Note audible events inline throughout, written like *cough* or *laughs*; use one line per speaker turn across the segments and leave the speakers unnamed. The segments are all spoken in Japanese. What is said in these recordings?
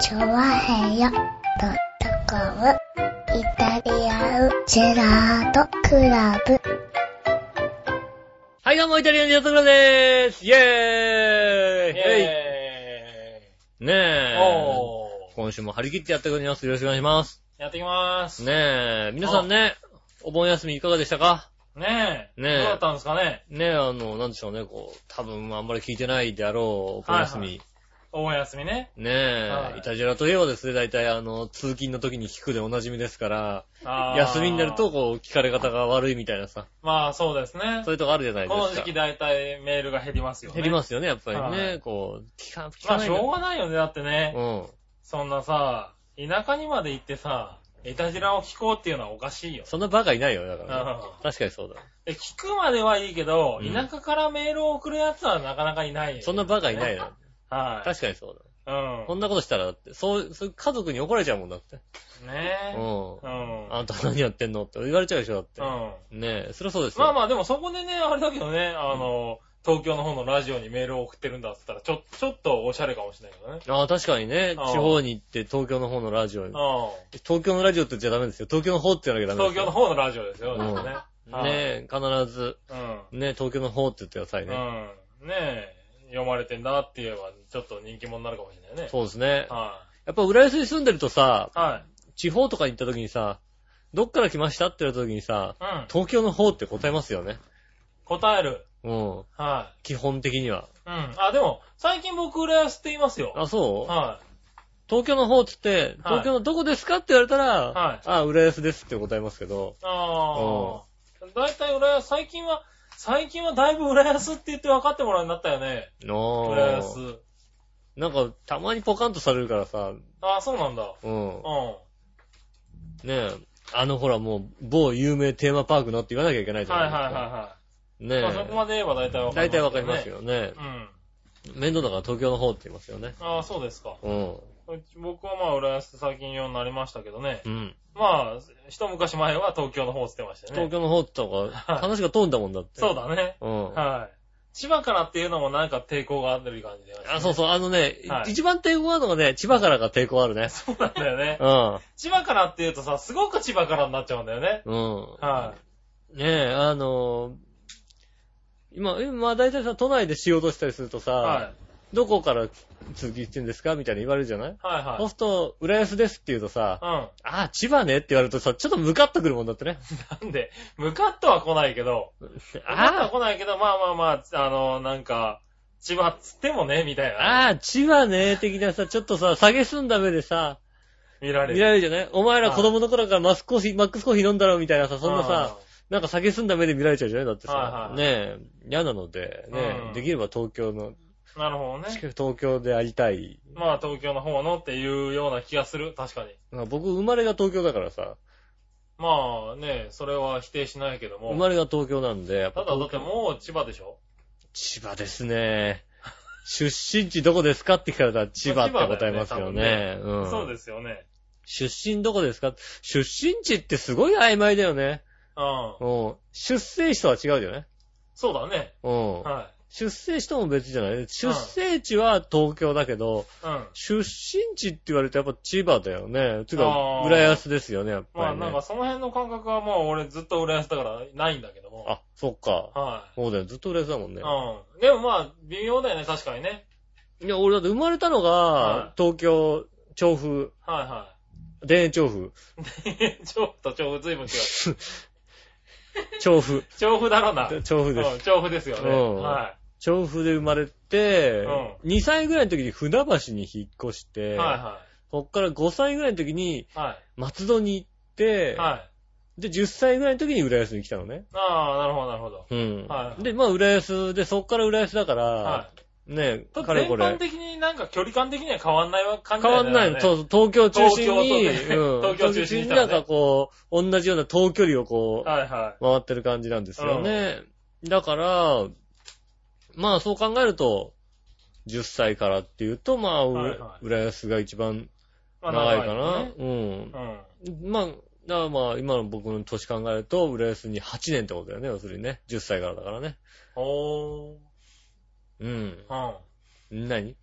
チョワヘヨドットコムイタリアンジェラートクラブ。
はい、どうも、イタリアンジェラートクラブでーすイェーイえ
え
いねえ
ー、。おー。
今週も張り切ってやっております。よろしくお願いします。
やってきまーす。ね
ねえ、皆さんね、お盆休みいかがでしたか
え。
ねえ
どうだったんですかね
ねえ、あの、なんでしょうね、こう、多分あんまり聞いてないであろう、お盆休み。
はいお盆休みね。
ねえ、
はい
イタジェラといえばですね、大体あの、通勤の時に聞くでおなじみですから、
あー
休みになると、。こう、聞かれ方が悪いみたいなさ、
まあそうですね
そう。いうとこあるじゃないで
こ
すか。
の時期大体メールが減りますよね。。
減りますすよね、やっぱりね。
は
こう、聞か、聞か
まあ
ない
し
の
ょうがないよね。だってね、
うん。
そんなさ、田舎にまで行ってさ、エタジラを聞こうっていうのはおかしいよ。
そんなバカいないよ、だからね、
うん
確かにそうだ。
で聞くまではいいけど、
うん
田舎からメールを送るやつはなかなかいないよ。
そんなバカいない
よ。
な。
はい。
確かにそうだ。
うん
こんなことしたら、だって、そう、そう家族に怒られちゃうもんだって。
ね
うん。
え。うん。
あんた何やってんのって言われちゃうでしょ、だって。
うん。
ねえ、そりゃそうですよ。
まあまあでもそこでね、あれだけどね、あの、東京の方のラジオにメールを送ってるんだって言ったら、ちょ、ちょっとおしゃれかもしれないけどね。
ああ、確かにね、
うん
地方に行って東京の方のラジオに。
う
東京のラジオって言っちゃダメですよ。東京の方って言わなきゃ
ん。
ダメで
東
すよ。
京の方のラジオですよ、
うん
だってね。
ねえ、必ず、
うん。
ね、東京の方って言ってくださいね。
うん。ねえ、読まれてんだって言えば、ちょっと人気者になるかもしれないね。
そうですね。
は
やっぱ浦安に住んでるとさ、
い。はい。
地方とかに行った時にさ、どっから来ましたって言われた時にさ、
うん。
東京の方って答えますよね。
答える。
うん。
は
基本的には。
い。うん。あ、でも、最近僕、浦安って言いますよ。
あ、そう
は
東京の方っつって、
はい
東京のどこですかって言われたら、
はい
あ、浦安ですって答えますけど、
い。ああ。だいたい浦安、最近は、最近はだいぶ浦安って言って分かってもらうようになったよね。
の
浦安。
なんか、たまにポカンとされるからさ、
ああ、そうなんだ。
うん。
う
ねえ、あのほらもう、某有名テーマパークのって言わなきゃいけない
ん。
じゃな
はいいは
で
い
すか。
はいはい。まあそ
ね
こまで言えば大体
え、
わかりますよね。
大体わかります。よね。
うん。
面倒だから東京の方って言いますよね。
ああ、そうですか。
うん。
うち僕はまあ、浦安って最近用になりましたけどね。
うん。
まあ、一昔前は東京の方って言ってましたよ
東
ね。
京の方って言った方が、話が通んだもんだって。
そう。だね。
うん。
はい。千葉からっていうのもなんか抵抗があってる感じで。
あ、そうそう、あのね、
はい
一番抵抗あるのがね、千葉からが抵抗あるね。
そうなんだよね。
うん。
千葉からって言うとさ、すごく千葉からになっちゃうんだよね。
うん。
は
ねえ、あのー今、今、まあ大体さ、都内でしようとしたりするとさ、
い。は
どこから通勤してんですかみたいに言われるじゃない、
い。はい
そう
は
すると、浦安ですって言うとさ、
い。
ああ、千葉ねって言われるとさ、ちょっとムカッとくるもんだってね。
うん。なんで、向かっては来ないけど、向かっては
あ
来ないけど、 *laughs* まあまあまあ、あの、なんか、千葉っつってもね、みたい
あ、
な。
ああ、千葉ね的なさ、ちょっとさ、下げすんだ目でさ、
見られる。
見られるじゃないお前ら子供の頃からマックスコーヒー、マックスコーヒー飲んだろみたいなさ、そんなさ、なんか下げすんだ目で見られちゃうじゃないだって
はい
さ
は、い
ねえ、嫌なので、ねえ
うん
できれば東京の、
うん。なるほどね。
東京でありたい。
まあ、東京の方のっていうような気がする。確かに。
まあ僕、生まれが東京だからさ、
まあね、それは否定しないけど
生
も。
まれが東京なんで、やったぱ
だ、だってもう千葉でしょ
千葉ですね。出身地どこですかって聞かれたら千葉って答えますよね。うん。
そうですよね。
出身どこですか出身地ってすごい曖昧だよね。
うん。
うん。出生地とは違うよね。
そうだね。
うん。
は
出生地とも別じゃない。出生地は東京だけど、
い。うん。
出身地って言われるとやっぱ千葉だよね。つうか
あ、ー
浦安ですよね、やっ
ま
ぱ
あ、
り
なん
ね
か。その辺の感覚はまあ俺ずっと浦安だからないんだけども。
あ、そっか。
は
そうだよ。ずっと浦安だもん
い。
ね。
うん。でもまあ、微妙だよね、確かにね。
いや、俺だって生まれたのが、
は
東京、調布、
はい *laughs* は
田園調布、
い。ちょっと調布随分違う。
調布、
調布だろうな。
調布です。
うん *laughs* 調布ですよね。
うん
は
調布で生まれて、2歳ぐらいの時に船橋に引っ越し
い。
て、
はいは
そっから5歳ぐらいの時に
い。は
松戸に行って、
い。はい。
で、10歳ぐらいの時に浦安に来たのね。
ああ、なるほど、なるほど。
うん。
はい
で、まあ、浦安で、そっから浦安だから、
はい。
ね、
全
かれこ
般
れ。
的になんか距離感的には変わんないわ感じ
変
だ
わ
よ
ん
ね
ないの。そう
う。
そう東京中心に、
東京とね
うん
東京中心に
なんかこう、同じような遠距離をこう、
はいは
回ってる感じなんですよね。だから、まあそう考えると、10歳からっていうと、まあ、う
はいはい
浦安が一番
い。まあ
長いかな。
長いよね
うん。
うん。
まあ、だからまあ、今の僕の年考えると、浦安に8年ってことだよね、要するにね。10歳からだからね。
おー。
うん。
うん。
何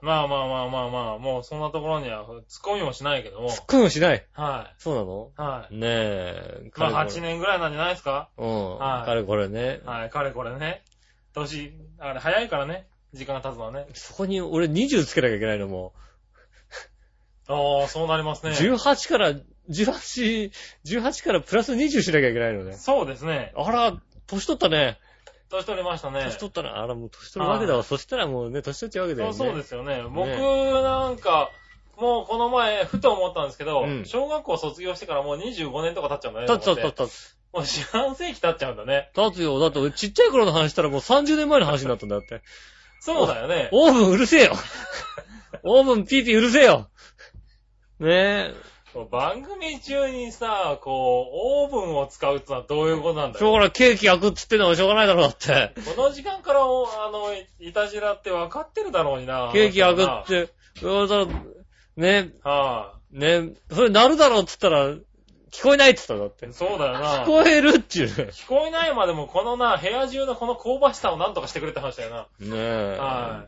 まあまあまあまあまあ、もうそんなところには突っ込みもしないけども。
ツッコミをしない。
は
そうなの
い。はい。
ねえ。
まあ
かれこ
8
れ。
年ぐらいなんじゃないですか
うん。
はい
かれこれね。
はい、かれこれね。年、あれ早いからね。時間が経つのはね。
そこに俺20つけなきゃいけないのも
ああ、そうなります
う、
ね。
18から、18、18からプラス20しなきゃいけないのね。
そうですね。
あら、年取ったね。
年取りましたね。
年取ったな。あら、もう年取るわけだわ。そしたらもうね、年取っちゃうわけだよね。。
そうそうですすよね。僕なんか、もうこの前、ふと思ったんですけど、
うん
小学校卒業してからもう25年とか経っちゃうんだね。
たつ
と
た
思
つ
て
たつ。
もう四半世紀経っちゃうんだね。
たつよ。だって、ちっちゃい頃の話したらもう30年前の話になったんだ
*laughs*
って。
そうだよね。
オーブンうるせえよオーブンピーピーうるせえよねえ。
番組中にさ、こう、オーブンを使うってのはどういうことなんだ
しょう
よ。
がない、ケーキ焼くっつってんのはしょうがないだろうだって。
この時間からお、あの、いたじらって分かってるだろうにな。
ケーキ焼く
は
っ
い、
て、うんだね、ね、それなるだろうっつったら、聞こえないっつったんだって。聞
そうだよな。
こえるっちゅう。
聞こえないまでもこのな、部屋中のこの香ばしさをなんとかしてくれって話だよな。
ねえ。
は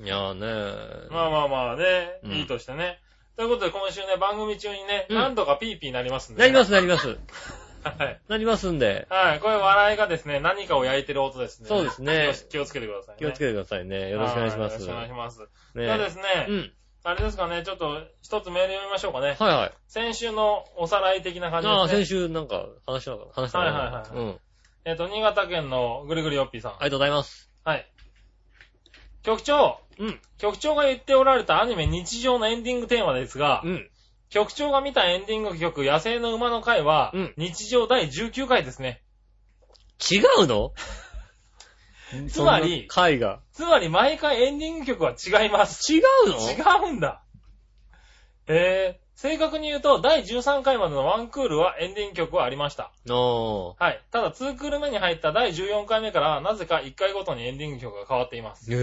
い。
いやーね
まあまあまあね、
うん
いいとしてね。ということで今週ね、番組中にね、
うん
何度かピーピーなりますんで、。
なりますす、なります。
はい。
なりますんで、
はい。これ笑いがですね、何かを焼いてる音ですね。
そうですね
気を。気をつけてください、ね。
気をつけてくださいね。よろしくお願いします。
はよろしくお願いします。
ね
じゃあですね、
うん。
あれですかね、ちょっと一つメール読みましょうかね。
はいはい。
先週のおさらい的な感じ
ああ、
ですね
先。週なんか話したのか話したのかな
はいはいはい
うん。
えっ、と、新潟県のぐるぐるよっぴーさん。
ありがとうございます。
はい。局長、
うん。
局長が言っておられたアニメ日常のエンディングテーマですが、
うん。
局長が見たエンディング曲、野生の馬の会は
うん、
日常第19回ですね。
違う
*laughs*
の
つまり
そんな回が。
つまり毎回エンディング曲は違います。
違うの
違うんだ。えー、正確に言うと、第13回までのワンクールはエンディング曲はありました。
の
はい。ただ、2クール目に入った第14回目から、なぜか1回ごとにエンディング曲が変わっています。
へ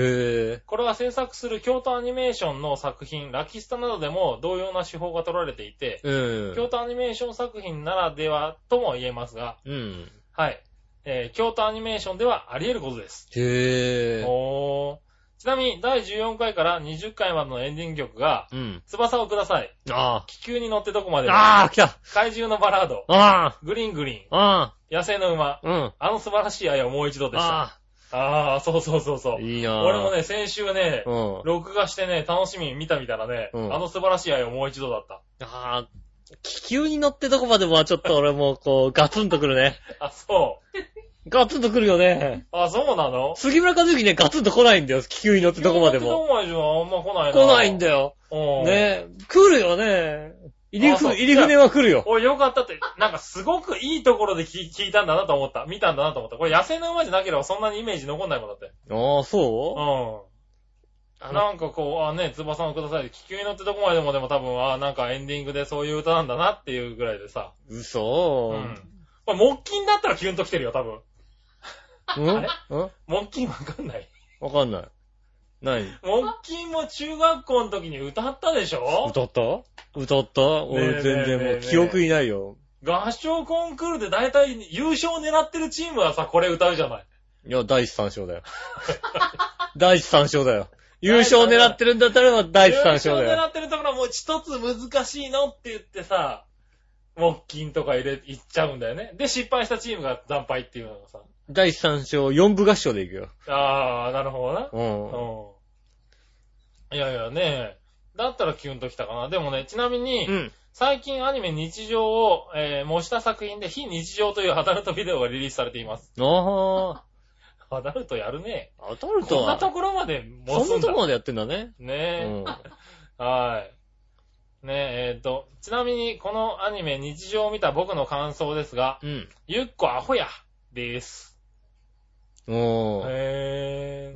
ぇ
これは制作する京都アニメーションの作品、ラキスタなどでも同様な手法が取られていて、
うん
京。都アニメーション作品ならではとも言えますが、
うん。
はい。えー京都アニメーションではあり得ることです。
へぇ
おー。ちなみに、第14回から20回までのエンディング曲が、
うん。
翼をください。
あ
気球に乗ってどこま
あ。
でも
ああ、来た
怪獣のバラード。
あ
グリーングリ
ああ
ーン。野生の馬。
あうん。
あの素晴らしい愛をもう一度でした。
あ
あー、そうそうそうそ
あ。
う。
いいなぁ。
俺もね、先週ね
う、ん。
録画してね、楽しみに見たみたらね、
うん
あの素晴らしい愛をもう一度だった。
ああ、気球に乗ってどこまでもはちょっと俺もうこう、ガツンとくるね。
あ、そう。
ガツンとくるよね。
あ、そうなの
杉村和之ね、ガツンと来ないんだよ。気球に乗ってどこまで
ど
も。
こまでもあんま来ないな。
来ないんだよ。
うん。
ね来るよね。入り
あそう
船、入り船は来るよ。
おい、よかったって、なんかすごくいいところで聞聞いたんだなと思った。見たんだなと思った。これ野生の馬じゃなければそんなにイメージ残んないもんだって。
ああ、そう
うん。なんかこう、あね、翼をください。気球に乗ってどこまでもでも多分、あなんかエンディングでそういう歌なんだなっていうぐらいでさ。
嘘
うん。これ木琴だったらキュンと来てるよ、多分。
うん
あれ
うん
木琴わかんない。
わかんない。何
木琴も中学校の時に歌ったでしょ
歌った歌った
ね
俺全
え
然
ねえ
も
ねえ
う記憶いないよ。
合唱コンクールで大体優勝を狙ってるチームはさ、これ歌うじゃない。
いや、第一三章だよ。 *laughs* 第一三章だよ。優勝を狙ってるんだったら第一三章
優
だ
勝
よ。
を狙ってるところはもう一つ難しいのって言ってさ、木琴とか入れ、いっちゃうんだよね。で、失敗したチームが惨敗っていうのがさ。
第一三章、四部合唱でいくよ。
あー、なるほどな。
う
うん。いやいやね、だったらキュンときたかな。でもね、ちなみに、
ん。うん。
最近アニメ日常を、えー模した作品で非日常というアダルトビデオがリリースされています。
あ
アダルトやるね。
あ、当たると
こんな
は。
ところまで模
そん
す
なんと
だ。
こまでやってんだね。うん。
ねえ。はい。ねえ、えっ、と、ちなみに、このアニメ日常を見た僕の感想ですが、
うん。
ゆっこアホや、です。
おー。
へ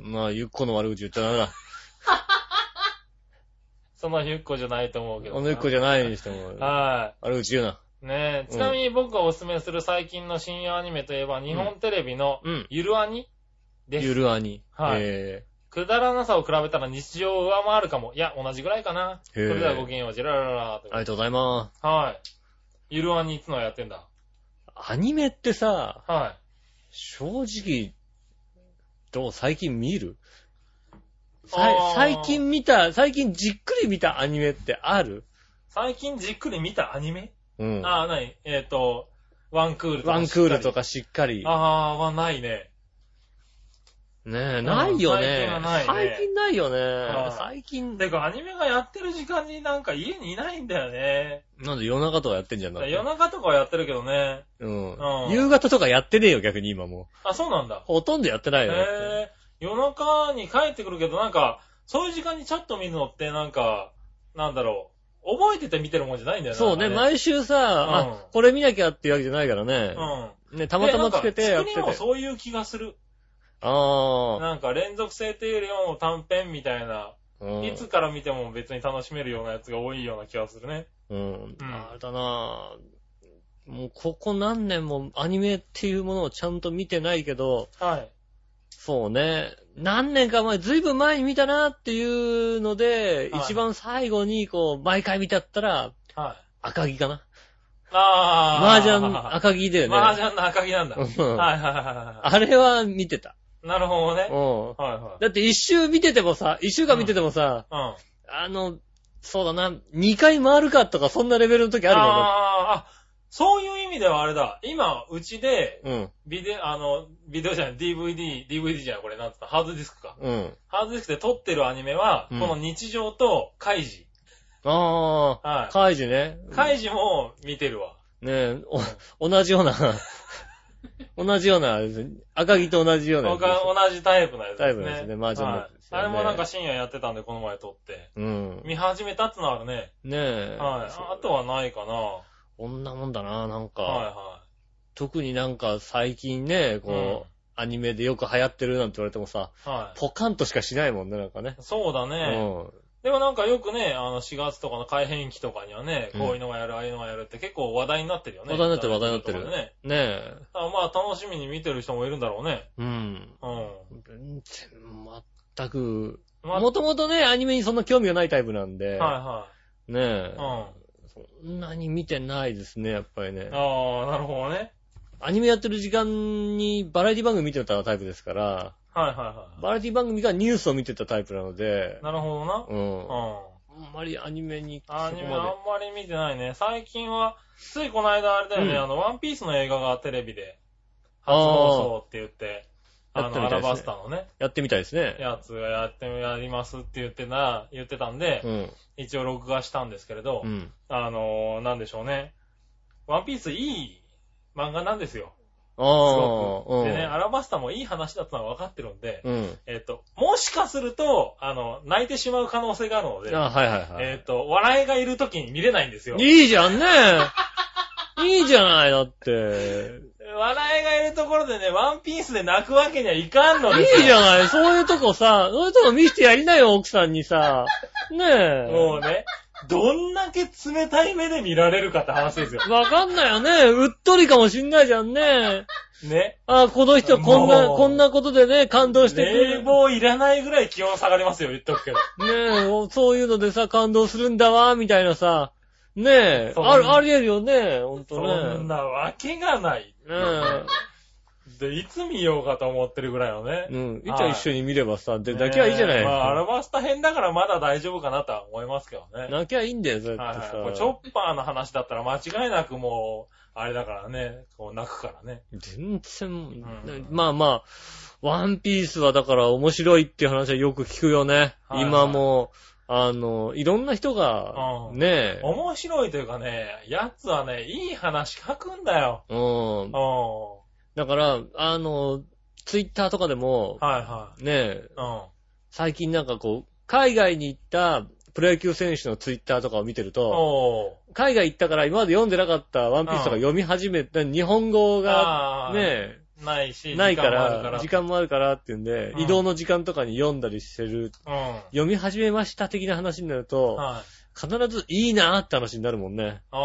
え。
まあ、ゆっこの悪口言っちゃダメだ。
そのゆっこじゃないと思うけどな。
あのゆっこじゃないにしても、
はい。
悪口言うな。
ねえ、ちなみに僕がおすすめする最近の深夜アニメといえば、日本テレビの
うん。
ゆるアニです。
ゆるあに。
はい
え
くだらなさを比べたら日常を上回るかも。いや、同じぐらいかな。そ
へえ
れではごきげんよう、ジェララ
ー
ラ
ありがとうございま
と。はい。ゆるアニっつのはやってんだ。
す。アニメってさ、
は
正直、どう最近見る
い。
さい
あー
最近見た、最近じっくり見たアニメってある
最近じっくり見たアニメ、
うん。
ああ、ない。えっ、と、ワンクールとか。
ワンクールと。かしっかり。
ああー、はないね。
ねえ、
ん
ないよね
最近はない。ね
最近ないよね
ん。
最近、
てか、アニメがやってる時間になんか家にいないんだよね。
なんで夜中とかやってんじゃん。だって
夜中とかはやってるけどね。
うん。
うん
夕方とかやってねえよ、逆に今も
あ、そうなんだ
う。。ほとんどやってないよね。
へえ。夜中に帰ってくるけど、なんか、そういう時間にちょっと見るのって、なんか、なんだろう。覚えてて見てるもんじゃないんだよね。
そうね、
なんか
毎週さ、
う
あ、これ見なきゃっていうわけじゃないからね。
うん。
ね、たまたまつけてやって
で
て。
なんか作りもそういう気がする。
ああ。
なんか連続性っていうよりも短編みたいな、
うん
いつから見ても別に楽しめるようなやつが多いような気がするね。
うん。あれだなぁもうここ何年もアニメっていうものをちゃんと見てないけど、
はい。
そうね。何年か前、ずいぶん前に見たなっていうので、
はい
一番最後にこう、毎回見たったら、
はい。
赤木かな。麻
あー。
雀、赤木だよね。
麻雀の赤木なんだ。はい
うん
はいはいは
あれは見てた。
い。なるほどね。
うん。
はいはい。
だって一周見ててもさ、一週間見ててもさ、
うん。あ
あの、そうだな、二回回るかとかそんなレベルの時あるもんだ
あーあ、そういう意味ではあれだ。今、うちで、
うん。
ビデ、あの、ビデオじゃない、DVD、DVD じゃない、これなんつったハードディスクか。
うん。
ハードディスクで撮ってるアニメは、
うん
この日常と、カイジ。
ああ、
はい。
カイジね。
カイジも見てるわ。
ねえ、お、同じような、 *laughs* 同じようなあれですね、赤木と同じようなやつ
僕
です
は同じタイプのやつです
タイ
ね。
プですね麻雀のやつですよ
はい。
ね
あれもなんか深夜やってたんで、この前撮って。
うん。ね
見始めたってのはあるね。
え。
はい。
そう
あとはないかな。は
こんなもんだな、なんか。
いは
特になんか最近ね、
い。
こう、アニメでよく流行ってるなんて言われてもさ、
うん。はい。
ポカンとしかしないもんね、なんかね。
そうだ
う
ね。
ん。
でもなんかよくね、あの4月とかの改変期とかにはね、
うん
こういうのがやる、ああいうのがやるって結構話題になってるよね。
話題になってる話題になってる
インターネットとかでね。
ねえ。
だからまあ楽しみに見てる人もいるんだろうね。
うん。
う
全然、全く、
ん。まあ
もともとね、アニメにそんな興味がないタイプなんで、
は
ねえ
い、は
そんなに見てないですね、やっぱりね
い。うん。。ああ、なるほどね。
アニメやってる時間にバラエティ番組見てたタイプですから、
はいはいは
バラエティ番組がニュースを見てたタイプなので
い。、なるほどな。
うん。あ
うん。
んまりアニメに、そこま
アニ
で
メあんまり見てないね。最近は、ついこの間あれだよ
う
ね、
ん
あの、ワンピースの映画がテレビで、
あ
初
ー
放送って言って、あ
やって
の、
み
ア
たい
ラ
ですね
バスタのね、
やってみたいですね。
やつがやって、やりますって言ってな、言ってたんで、
うん。
一応録画したんですけれど、
うん。
あのー、なんでしょうね。ワンピースいい漫画なんですよ。
あ
す
あ
ご、く。
うん。
でね、アラバスタもいい話だったのは分かってるんで、
うん。
えっと、もしかすると、あの、泣いてしまう可能性があるので、
あはいはいはい。
えっと、笑いがいる時に見れないんですよ。
いいじゃんねいいじゃない、だって。
笑いがいるところでね、ワンピースで泣くわけにはいかんのですよ。
いいじゃない、そういうとこさ、そういうとこ見せてやりなよ、奥さんにさ。ね
も
え。
うね、どんだけ冷たい目で見られるかって
*laughs*
話ですよ。
わかんないよね。うっとりかもしんないじゃんね。
ね。
あ、この人こんな、
もう
こんなことでね、感動してくれ
冷
る。ね
房いらないぐらい気温下がりますよ、言っとく
*laughs*
けど。
え、そういうのでさ、感動するんだわ、みたいなさ。ねえ、
そんな
ある、あり得るよね、ほんと
そん
ね。
なわけがない。
ねえ。
で、いつ見ようかと思ってるぐらいのね。
うん。い
はい
ちゃん一緒に見ればさ、で、泣きゃいいじゃな
ね
い。
えまあ、アラバスタ編だからまだ大丈夫かなとは思いますけどね。
泣きゃいいんだよ、そうやっ
はい
て
はい
さ。
これチョッパーの話だったら間違いなくもう、あれだからね、こう泣くからね。
全然、
ん
まあまあ、ワンピースはだから面白いっていう話はよく聞くよね。
はいはい
今も、あの、いろんな人が、
うん
ねえ、
面白いというかね、やつはね、いい話書くんだよ。
うん
う。ん。は
だから、あの、ツイッターとかでも
い、は
ねえ
い。、うん。
最近なんかこう、海外に行ったプロ野球選手のツイッターとかを見てると、
お
海外行ったから今まで読んでなかったワンピースとか読み始めて、日本語
ー。
が
あー
ね
ないし、
ないか
時間もあ
ら、
る
時間もあるからっていうんで、
うん
移動の時間とかに読んだりしてる
うん。
読み始めました的な話になると、
はい。
必ずいいなーって話になるもんね。
お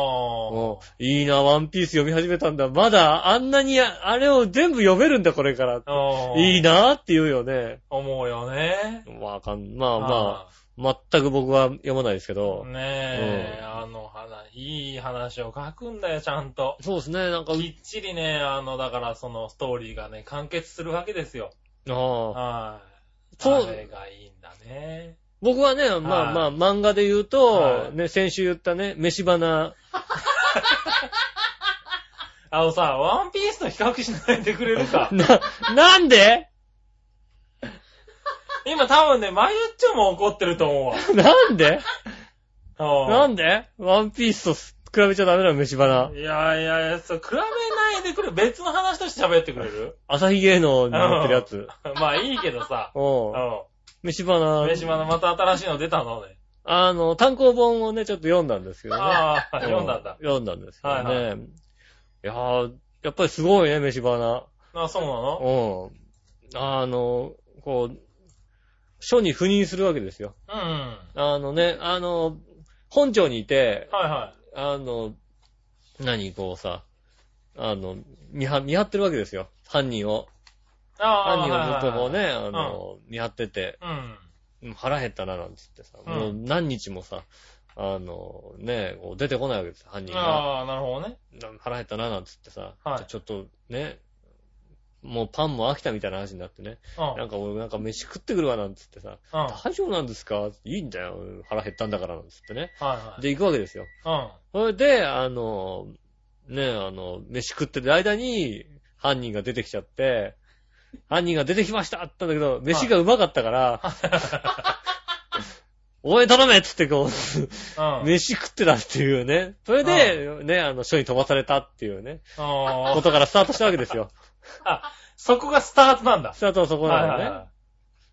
もういいな、ワンピース読み始めたんだ。まだあんなにああれを全部読めるんだ、これから
ー。。おー。
いい
な。
なーって言うよね。
思うよね。
わかん、まあまあ、全く僕は読まないですけど
あ。ねえ、
うん
あの話、いい話を書くんだよ、ちゃんと。
そうですね、なんか、う
きっちりね、あの、だからそのストーリーがね、完結するわけですよ。
ああ、
は
そう
あれがいいんだね。
僕はね、まあまあ、漫画で言う
は
と、
い
ね、先週言ったね、飯花、
あのさ、ワンピースと比較しないでくれるか。
*laughs* な、なんで
今多分ね、マユッチョも怒ってると思うわ。
なんで
うん
なんでワンピースと比べちゃダメなの、飯花。
いやいやいや、そう、比べないでくれ。別の話として喋ってくれる *laughs*
朝日芸能になってるやつ。
まあいいけどさ。
う。
うんん。
飯花、
上島のまた新しいの出たのね。
あの、単行本をね、ちょっと読んだんですけどね。
ああ、読んだんだ。
う読んだんですけどね。
はい
いやー、やっぱりすごいね、飯花。
あそうなの
うん。あの、こう、書に赴任するわけですよ。
うん。は
あのね、あの、本庁にいて
い、は
あの、何、こうさ、あの、見張、見張ってるわけですよ。犯人を。
い。ああ、
犯人をずっとこう
はいはいはい。
ね、あの、見張ってて、
うん。
うん腹減ったな、なんつってさ、
うん
もう何日もさ、あの、ね、こう出てこないわけですよ、犯人が。
ああ、なるほどね。
な腹減ったな、なんつってさ、
はい
じゃあちょっとね、もうパンも飽きたみたいな話になってね、
うん。
なんか俺なんか飯食ってくるわ、なんつってさ、
うん。はい
大丈夫なんですかいいんだよ、腹減ったんだから、なんつってね。
はい。
で、行くわけですよ。
うん。
それで、あの、ね、あの、飯食ってる間に、犯人が出てきちゃって、犯人が出てきましたって言ったんだけど、飯がうまかった
*laughs*
から、応援頼めっつってこ
うん。
う、飯食ってたっていうね。それで、ね、あの、署に飛ばされたっていうね、
あ
こ
ー
とからスタートしたわけです
*laughs*
よ。
あ、そこがスタートなんだ。
スタートはそこなの
はいはい
ね。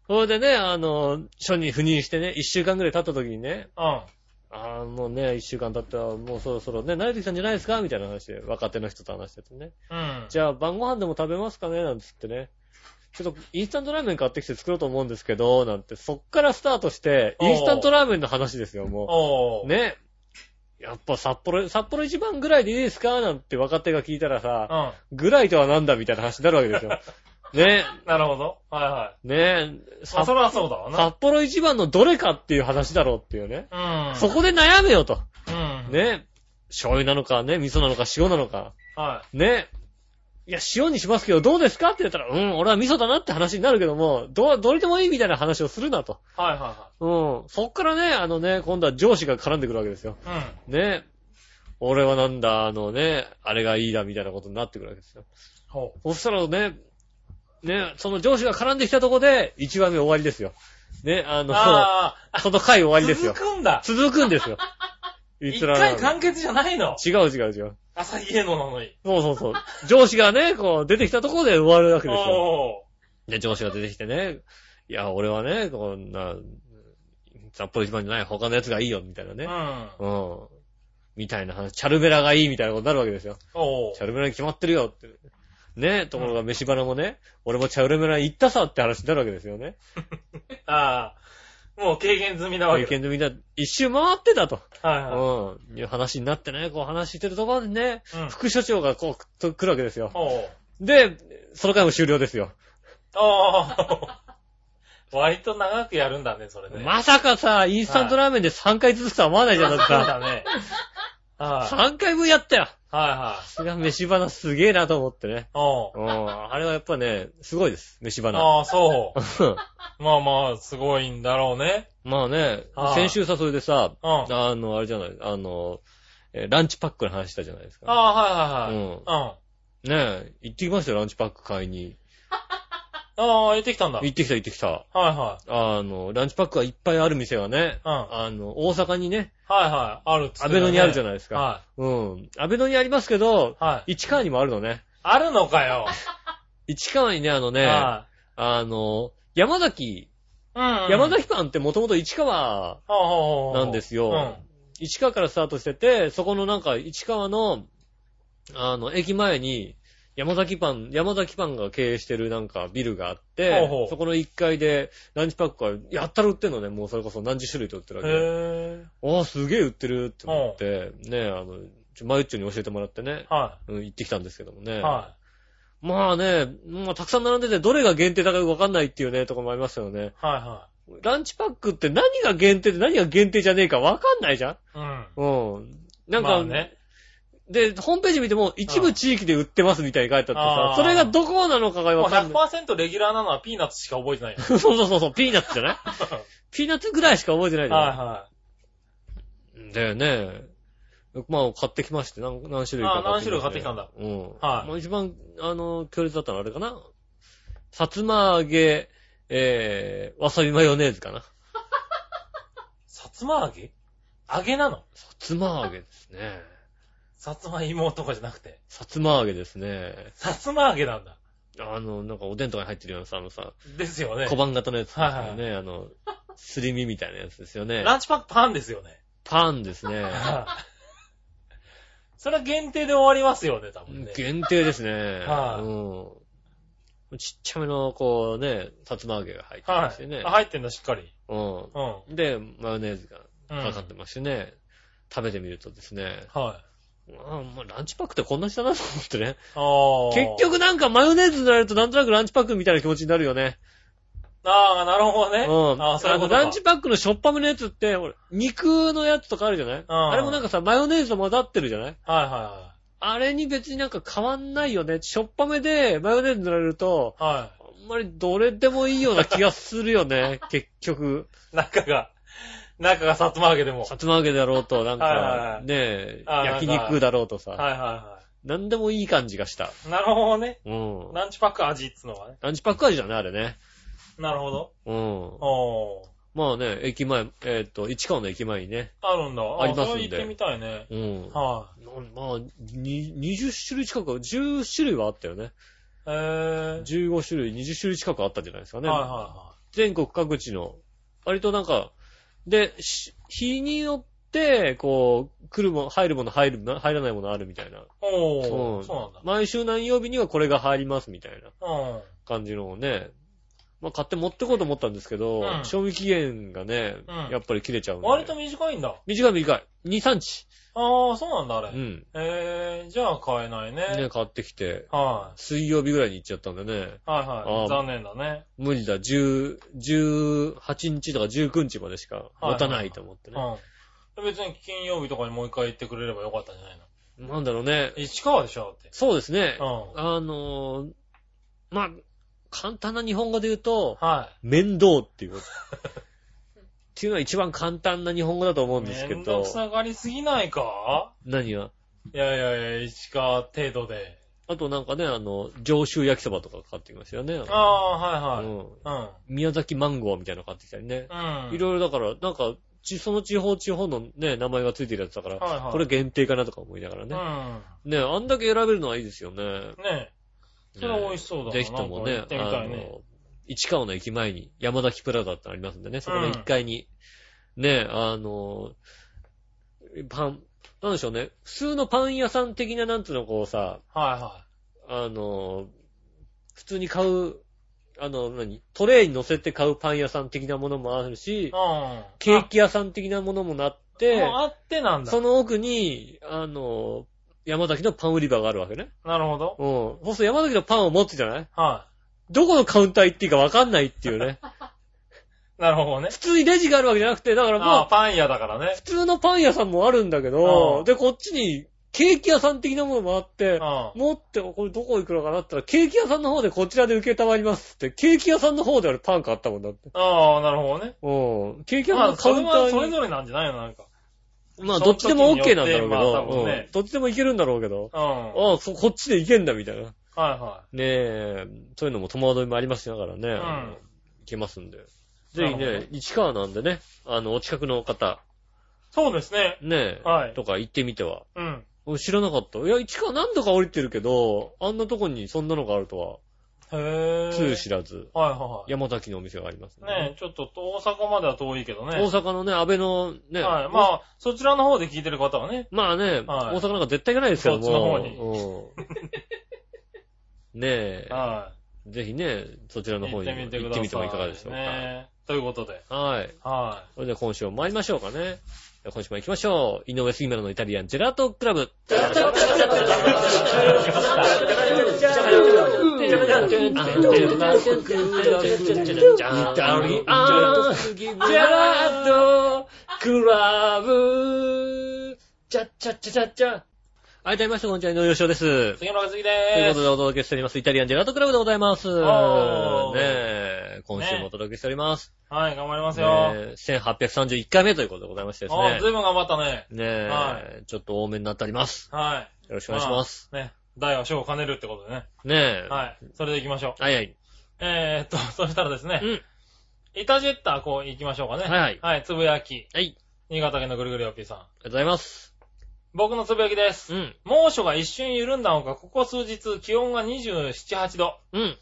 それでね、あの、署に赴任してね、一週間ぐらい経った時にね、
はい
ああ、もうね、一週間経ったら、もうそろそろね、慣れてきたんじゃないですかみたいな話で、若手の人と話しててね。
うん。うん。
じゃあ晩ご飯でも食べますかねなんつってね。ちょっとインスタントラーメン買ってきて作ろうと思うんですけど、なんて、そっからスタートして、
おー
インスタントラーメンの話ですよ、も
お
う。
ー。
ね。やっぱ札幌、札幌一番ぐらいでいいですかなんて若手が聞いたら
う
さ、
ん。
ぐらいとはなんだみたいな話になるわけです
*laughs*
よ。ね。
なるほど。はいはい。
ね。
まあ、
札
それはそうだわな。
札幌一番のどれかっていう話だろうっていうね。
うん。
そこで悩めよと。
うん。。
ね。醤油なのかね、味噌なのか塩なのか。
は
ね。いや、塩にしますけど、どうですかって言ったら、うん、俺は味噌だなって話になるけども、どう、どれでもいいみたいな話をするなと。
い。はいは
うん。そっからね、あのね、今度は上司が絡んでくるわけですよ。
いはい。うん。
ね。俺はなんだ、あのね、あれがいいだみたいなことになってくるわけですよ。
ほう。
そしたらね、ね、その上司が絡んできたとこで、1話目終わりですよ。ね、あの、
ああ、
その回終わりですよ
続。くんだ。
続くん
*laughs*
ですよ。い
一
つらな
回
の
完結じゃないの。
違う違う違う。
朝日芸能なのに。
そうそうそう。上司がね、こう出てきたところで終わるわけですよ。
お
で、上司が出てきてね、いや、俺はね、こんな、札幌一番じゃない他のやつがいいよ、みたいな
ー。う
ね。
ん。
うん。みたいな話、チャルベラがいいみたいなことになるわけですよ。
お
チャルベラに決まってるよって。ねところが飯花もね、俺もチャルベラに行ったさって話になるわけですよね。
ああ、もう経験済みなわ
経
けだ。
験でみんな一周回ってたと。
はいはい。
うん。いう話になってね、こう話してるところでね、
うん。
副所長がこうと来るわけですよ。
おう
で、その回も終了ですよ。
おう割と長くやるんだね、それね。
まさかさ、インスタントラーメンで3回ずつとは思わないじゃん、だって
そう
さ。
だね。は
3回分やったよ。
い。はいは
さ
い。
すが飯花すげえなと思ってね。
おう
うん。あれはやっぱね、すごいです。飯花。
ああ、そ
うん
う。まあまあ、すごいんだろうね。
*laughs* まあね
は、い
先週さ、それでさ、
うん。あ
あの、あれじゃない、あの、えーランチパックの話したじゃないですか。
あ、はいはいはい。
うん
うん。あ
ねえ、行ってきましたよ、ランチパック買いに。
あ、行ってきたんだ。はい
行ってきた、行ってきた。
は
あの、ランチパックがいっぱいある店はね、
い。うん。はい
あの、大阪にね、
はい。あるっつってた
安
ね
倍野にあるじゃないですか。
は
うん。安倍野にありますけど、
い。はい。
市川にもあるのね。
あるのかよ。
市川にね、あのね、
は
あの、山崎、
い。うんうん。
山崎パンってもともと市川
ほうほうほうほう
なんですよ。
う
市川からスタートしてて、そこのなんか市川の、あの、駅前に、山崎パン、山崎パンが経営してるなんかビルがあって、
ほうほう
そこの1階でランチパックがやったら売ってんのね、もうそれこそ何十種類と売ってる
ん。
わ
へ
けで。
ぇ
ああ、すげえ売ってるって思って、ね、あの、ちょマユッチョに教えてもらってね、
ー。は
うん、行ってきたんですけどもね。
い。は
まあね、まあたくさん並んでて、どれが限定だかよくわかんないっていうね、とこもありますよね。
い。は
ランチパックって何が限定で何が限定じゃねえかわかんないじゃん
いはい。うん。
うん。なんか、
まあね。
で、ホームページ見ても、一部地域で売ってますみたいに書いてあ
あー
ってさ、それがどこなのかが
もう
わかんない。
100%レギュラーなのはピーナッツしか覚えてない
*laughs*
よ。
そうそうそうそう、ピーナッツじゃないピーナッツぐらいしか覚えてないじゃない
は
だよね。まあ、買ってきまして、何何種類か
あー何種類買ってきたんだ。
うん。
はい
まあ、一番、あの、強烈だったのはあれかな。さつま揚げ、えー、わさびマヨネーズかな。
い。さつま揚げ揚げなの
さつま揚げですね。
さつま芋とかじゃなくて。
さつま揚げですね。
さつま揚げなんだ。
あの、なんかおでんとかに入ってるようなさ、あのさ、
ですよね
小。判型のやつですよ
はい
ね。あの、すり身みたいなやつですよね。
ランチパックパンですよね。
パンですね。
それは限定で終わりますよね、多分ね。
限定ですね。
はい
うん。ちっちゃめの、こうね、さつま揚げが入ってま
は
して
い。
ね。
あ入ってんだ、しっかり。
うん。
うん。
で、マヨネーズが
うん
かかってましてね、食べてみるとですね、
はい。
あまあ、ランチパックってこんな下だと思ってね。
あー
結局なんかマヨネーズ塗られるとなんとなくランチパックみたいな気持ちになるよね。
ああ、なるほどね。
うん。
ああ、そういうこと
あ
か
のランチパックのしょっぱめのやつって、ほら肉のやつとかあるじゃない
あ
あれもなんかさ、マヨネーズと混ざってるじゃない
はいは
あれに別になんか変わんないよね。しょっぱめでマヨネーズ塗られると、
いはい。は
あんまりどれでもいいような気がするよね、結局。
い。中が、中がさつま揚げでも。
さつま揚げだろうと、なん
はいはいは
か、ね
い
え、
あ
焼肉だろうとさ。
はいはいは
なんでもいい感じがした。
い。なるほどね。
うん。
ランチパック味っつのはね。
ランチパック味だね、あれね。
なるほど。
うん。
おー。
まあね、駅前、えーっと、市川の駅前にね。
あるんだ。
ありますんで
それ行ってみたいね。
うん。
は
なんまあ、に20種類近く、10種類はあったよね。
い。へぇー。
15種類、20種類近くあったんじゃないですかね。
はいは
全国各地の、割となんか、で、し日によって、こう、来るも、入るもの入る、入らないものあるみたいな。
いはい。お
う
ー。
ん
そうなんだ。
毎週何曜日にはこれが入りますみたいな。
うん。
感じのをね、まあ、買って持ってこうと思ったんですけど、
うん
賞味期限がね、
うん
やっぱり切れちゃうんで。
割と短いんだ。
短い短い。2、3日。
ああ、そうなんだ、あれ。
う
へ
ん。
えー、じゃあ買えない
ね、
ね。
買ってきて、
は
水曜日ぐらいに行っちゃったんでね、
い。はいは
あー
い。残念だね。
無理だ、10、18日とか19日までしか持たないと思ってね。
うん。別に金曜日とかにもう一回行ってくれればよかったんじゃないの
なんだろうね。
市川でしょだって。
そうですね
う。ん。
あのーまあ、簡単な日本語で言うと、
は
面倒って
*laughs*
いうこと。っていうのは一番簡単な日本語だと思う
い。
んですけ
めんど
ど
く、さがりすぎないか
何が
いやいやいや、市川程度で。
あとなんかね、あの、上州焼きそばとか買ってきましたよね。
ああ、はいうはい。
ん。
うん。
宮崎マンゴーみたいなの買ってきたりね。
うん。
いろいろだから、なんか、ちその地方地方のね、名前がついてるやつだから、
はいはい
これ限定かなとか思いながら
う
ね。
ん。
ね、あんだけ選べるのはいいですよね。
ねえ。それは美味しそうだな。
ぜひともね、
なんか行ってみたいね。
の、市川の駅前に山崎プラザってありますんでね、そこの1階に、ね、あの、パン、なんでしょうね、普通のパン屋さん的ななんつうのこうさ、
はいは
あの、普通に買う、あの、何トレイに乗せて買うパン屋さん的なものもあるし
い。、うん。
ケーキ屋さん的なものもなって、
もうあってなんだ
そ。の奥に、あの、山崎のパン売り場があるわけね。
なるほど。
うん。そうすると山崎のパンを持つじゃない
は
どこのカウンター行っていいかわかんないっていう
*laughs*
ね。
い。なるほどね。
普通にレジがあるわけじゃなくて、だから
ああ、
もう、
パン屋だからね
普。通のパン屋さんもあるんだけ
う
ど、
ん
で、こっちにケーキ屋さん的なものもあって、
うん。
持って、これどこ行くのかなって言ったら、ケーキ屋さんの方でこちらで受けたまりますって、ケーキ屋さんの方であれパン買ったもんだって。
ああ、なるほどね。
うん。ケーキ屋
ま
さん
あ、
のカ
そ
ウンタ
れはそ
ー
れ
に。
ぞれなんじゃないのなんか。
まあ、どっちでも
その
OK
時に
なん
よっ
だ
て
ろうけ
まあ多
ど、
分ね
うんどっちでもいけるんだろうけど、
うん。は
あ
い
あ、そ、こっちでいけんだみたいな。
は
ねえ、そういうのも戸惑いもありましながらね、あのいけますんで。ぜひ
なる
ね、市川なんでね、あの、お近くの方、
い。そうですね。
ね
は
え、
い。
とか行ってみては。
うん。
俺知らなかった。いや、市川何度か降りてるけど、あんなとこにそんなのがあるとは、
へぇー。
つゆ知らず。
はいはい
山崎のお店がありますんで
はい。ねえ、ちょっと大阪までは遠いけどね。
大阪のね、安倍のね、
はい。まあ、そちらの方で聞いてる方はね。
まあね、
はい
大阪なんか絶対行かないですけども。
そっちの方に *laughs*
うんねえ、
は
ぜひね、そちら
い。
の
行
方
っ
に
て
も行っ
みてくださ
て
い。
みてはいかがでしょうか。
ねえ。ということで。
はい。
は
それでは今週も参りましょうかね。では今週も行きましょう。井上杉村のイタリアンジェラートクラブ。イタリアンジェラートクラブ。チャチャチャチャチャ。はい、どうもみなさんこんにちは、井上洋です。
杉村和樹
という
で
ことでお届けしております、イタリアンジェラートクラブでございます。ね
おー
え、今週もお届けしております。
す。はい、頑張ります
ね
よ。
え、1831回目ということでございましてです
あ
ね
あ、ず。いぶん頑張ったね。
ね
は
え、ちょっと多めになっております。
は
よろしくお願いします。
い。ね。大は小を兼ねるってことでね。
ねえ。
はい。それで行きましょう。
はいはい。
えーっと、 *laughs* そしたらですね
う。ん。
イタジェッター、こう行きましょうかね。
はいはい
はい、つぶやき。
はい。あり
新潟県のぐるぐるよっぴーさん。
がとうございます。
僕のつぶやきです。
うん。
猛暑が一瞬緩んだのか、ここ数日気温が27、8度。
うん。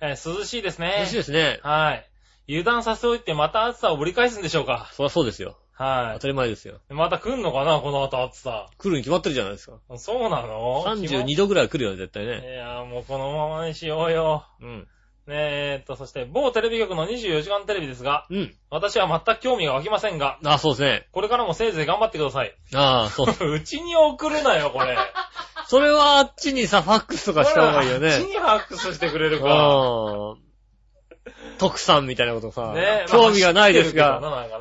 えー涼しいですね。
嬉しいですね。
はい。油断させておいてまた暑さをぶり返すんでしょうか。
そりゃそうですよ。
は
当たり前ですよ。
い。また来んのかな、この後暑さ。
来るに決まってるじゃないですか。
そうなの
32度ぐらいは来るよね、絶対
い
ね。
やーもうこのままにしようよ。
うん。
ねえ、えーっと、そして某テレビ局の24時間テレビですが、
うん。
私は全く興味が湧きませんが、
あ、そうですね。
これからもせいぜい頑張ってください。 *laughs*
ああ、そう。
うちに送るなよ、これ。
それはあっちにさ、ファックスとかした方がいいよ
うち
ね。
にファックスしてくれるか。
うん。徳さんみたいなことさ
ねえ、
興味がないですが、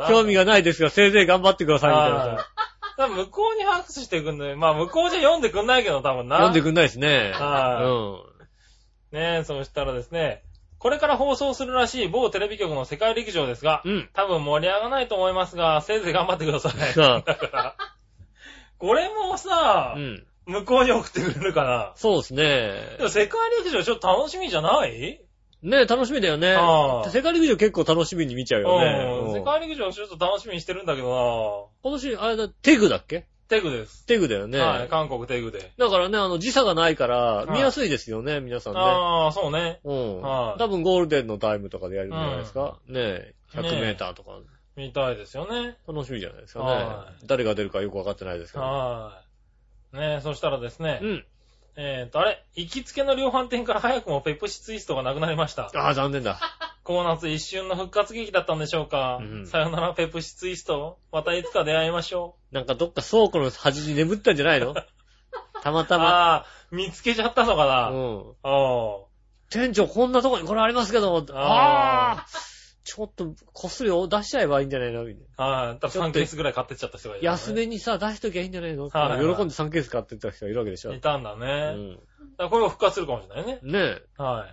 興味
が
がないですが、せいぜい頑張ってくださいみたいな
はい。多分向こうにファックスしてくんのよ。まあ、向こうじゃ読んでくんないけど、多分な。
読んでくんないですね。
はいうねえ、そしたらですね、これから放送するらしい某テレビ局の世界陸上ですが、
ん。うん。
多分盛り上がらないと思いますが、せいぜい頑張ってく
*laughs*
ださい。
さ
だから、これもさ
あ、
*laughs*
う、ん。
向こうに送ってくれるかな。
そうですね。
でも世界陸上ちょっと楽しみじゃない
ねえ、楽しみだよね
ああ。
世界陸上結構楽しみに見ちゃうよ
うん。
ね。う
世
ん
界陸上ちょっと楽しみにしてるんだけど
今年、あれだ、テグだっけ
なテグです。
テグだよね。
はい、韓国テグで。
だからね、あの、時差がないから、
い
見やすいですよね、皆さんね。
ああ、そうね。
うん。
は
多
い
分ゴールデンのタイムとかでやるんじゃないですか。ねえ、100
ねえ
メーターとか。
見たいですよね。
楽しみじゃないですか
は
ね。誰が出るかよくわかってないですけど。
はい。ねえ、そしたらですね
う、ん。
えーと、あれ、行きつけの量販店から早くもペプシツイストがなくなりました。
ああ、残念だ。
この夏一瞬の復活劇だったんでしょうか、
うん
さよならペプシツイスト。またいつか出会いましょ
なんかどっか倉庫の端に眠ったんじゃないのた *laughs* ま
う。
たま。
ああ、見つけちゃったのかな。
うん。
お
店長、こんなとこにこれありますけど、ああ、ちょっと、こっそり出しちゃえばいいんじゃないのみたいな。
ーあー、多
ちょ
分
っ
3
と
ケースぐらい買ってっちゃった人がいる、
安。めにさ、出しときゃいいんじゃないのって
はいはいはい
喜んで3ケース買ってった人がいるわけでしょ。
いたんだ
う
ね。
ん。
だからこれも復活するかもしれないね。
ねえ。
はい。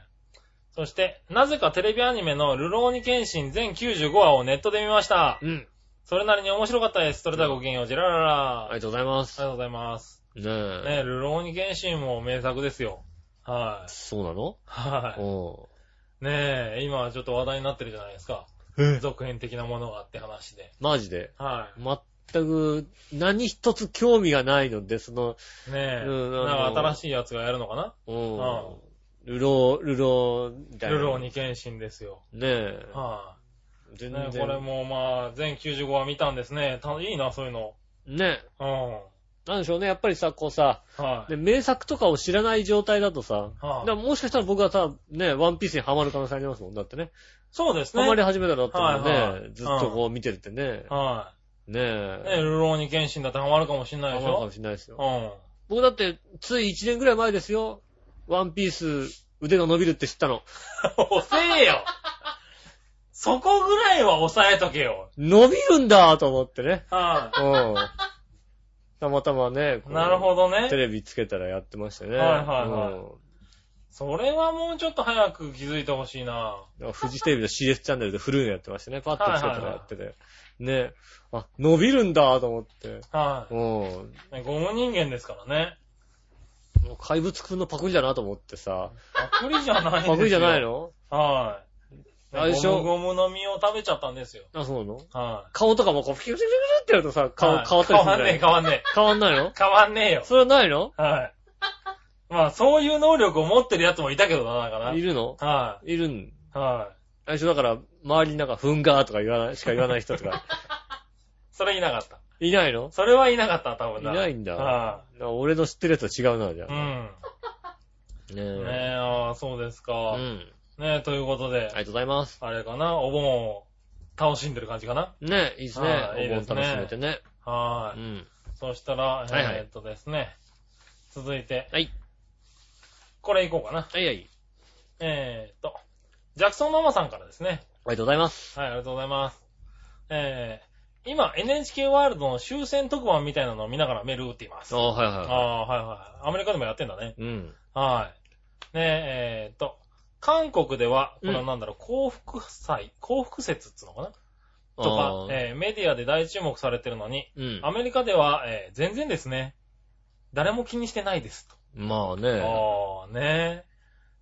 そして、なぜかテレビアニメのルローニケンシン全95話をネットで見ました。
うん。そ
それなりに面白かったです。それではごきげんよう、ジェラララ。
あり
あり
がとうございます
が。とうございます。
ね
ね
え。
ルローニケンシンも名作ですよ。はい。
そうなの
はい。
う
ねえ、今はちょっと話題になってるじゃないですか。
ん。
続編的なものがあって話で。
マジで。
は
全く、何一つ興味がないので、その、
い。ねえ、
うんあの
なんか新しいやつがやるのかな
うん
ああ。
ルロー、ルロー、みたいな。
ルロー。に剣心ですよ。
ねえ。
は
全
い、ね
然。
これもまあ、全95話見たんですね。たいいな、そういうの。
ねえ。
うん。
なんでしょうね。やっぱりさ、こうさ、
はい。
ね名作とかを知らない状態だとさ、だか
はあ
らもしかしたら僕はさ、ね、ワンピースにハマる可能性ありますもん。だってね。
そうですね。
ハマり始めたらだったもん
はいは
ね
い。
ずっとこう見てるってね。
は
ね
い。ねえ
え。
ルローに剣心だってハマるかもしんない
ハ
でし
マるかも
ょ
しれないですよ
う。ん。 *laughs*
僕だって、つい1年ぐらい前ですよ。ワンピース、腕が伸びるって知ったの。
遅えよそこぐらいは抑えとけよ。
伸びるんだと思ってね。
は
うん。たまたまね、
い。なるほ
ど、
どね
テ。レビつけたらやってましたね。
はいはいはい
うん
それはもうちょっと早く気づいてほしいな。
だからフジテレビの CS チャンネルで古いのやってましたね。パッとつけたらやってて。ね。あ、伸びるんだと思って。
は
うん。も
い。ねゴム人間ですから
*laughs*
ね。
う怪物くんのパクリだなと思ってさ。
パクリじゃないんですよ。
パクリじゃないの
はい。
あれでしょ
ゴムゴムの実を食べちゃったんですよ。
あ、そうなの
はい。
顔とかもこう、ピクピクピクピクってやるとさ、顔、
はい
変わったりするんじゃない
変わんね
変わんないの
え、変わんねえ。変わんねえよ。
それはないの *laughs*
はい。まあ、そういう能力を持ってる奴もいたけどな、だか
いるの
ら。はい
るん。
い。はい。
最初だから、周りになんか、ふんがーとか言わない、しか言わない人と
*laughs*
か、
それいなかった。
いないの
それはいなかった、多分
い
な。
ないんだ。
は
だから俺の知ってるやつと違うな、じゃ
い。う
あ。
ん。
ね
ね
え。
え、ああ、そうです
う
か。
ん。
ねえ、ということで
あり、がとうございます。
あれかな、お盆を楽しんでる感じかな。
ねえ、いいですね。
はいいいで
お
すね
盆楽しめてね。
は
う
い。
ん。
そしたら、
いはい
えーっとですね。続いて、
はい。
これいこうかな。
はいはい。あり
えーっと、ジャクソンママさんからですね。
がとうございます。
はい、ありがとうございます。え今、NHK ワールドの終戦特番みたいなのを見ながらメール打っています。
あ
あ
あ、はいはい
あ、
は
はいはい。アメリカでもやってんだね。
い。うん。
はい。ねえ、えーっと、韓国では、これ
う
は
ん
なんだろう、幸福祭、幸福説っつうのかな
あ
と
あ、
かえーメディアで大注目されてるのに、
うん。
アメリカでは、えー全然ですね。誰も気にしてないですと。
まあね。
ああ、ねえ。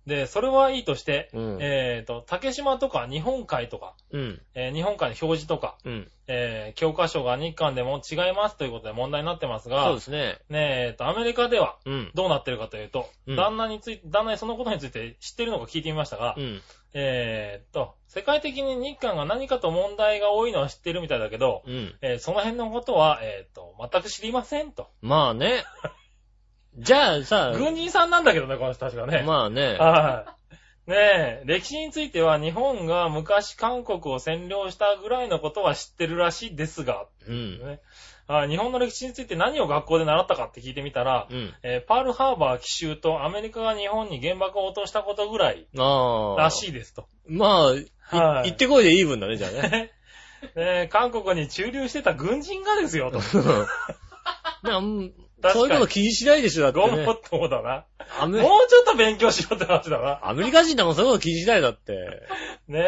で、それはいいとして、
うん。
えーっと、竹島とか日本海とか、
うん。
えー日本海の表示とか、
うん。
えー教科書が日韓でも違いますということで問題になってます
そう
が
で、すね。
ねえ、えーっと、アメリカでは
うん。
どうなってるかというと、
うん
旦那について、旦那にそのことについて知ってるのか聞いてみましたが、
うん。
えーっと、世界的に日韓が何かと問題が多いのは知ってるみたいだけど、
うん。
えーその辺のことは、えーっと、全く知りませんと。
まあ
*laughs*
ね。じゃあさ、
軍人さんなんだけどね、この人たちがね。
まあね。
はい。ねえ、歴史については日本が昔韓国を占領したぐらいのことは知ってるらしいですが、
うん。
あ日本の歴史について何を学校で習ったかって聞いてみたら、
うん。
えーパールハーバー奇襲とアメリカが日本に原爆を落としたことぐらい
ああ。
らしいですと。
まあ、
は
行
い。
ってこいでイーブンだね、じゃあ
*laughs*
ね。
ねえ韓国に駐留してた軍人がですよと。
なん
かに
そういうこと気にしないでしょ、だって
ごも
ね、
っともだな。
ア
もう
メ
ちょっと勉強しろって話だな。
アメリカ人だもん、そういうこと気にしないだって。
ね
ね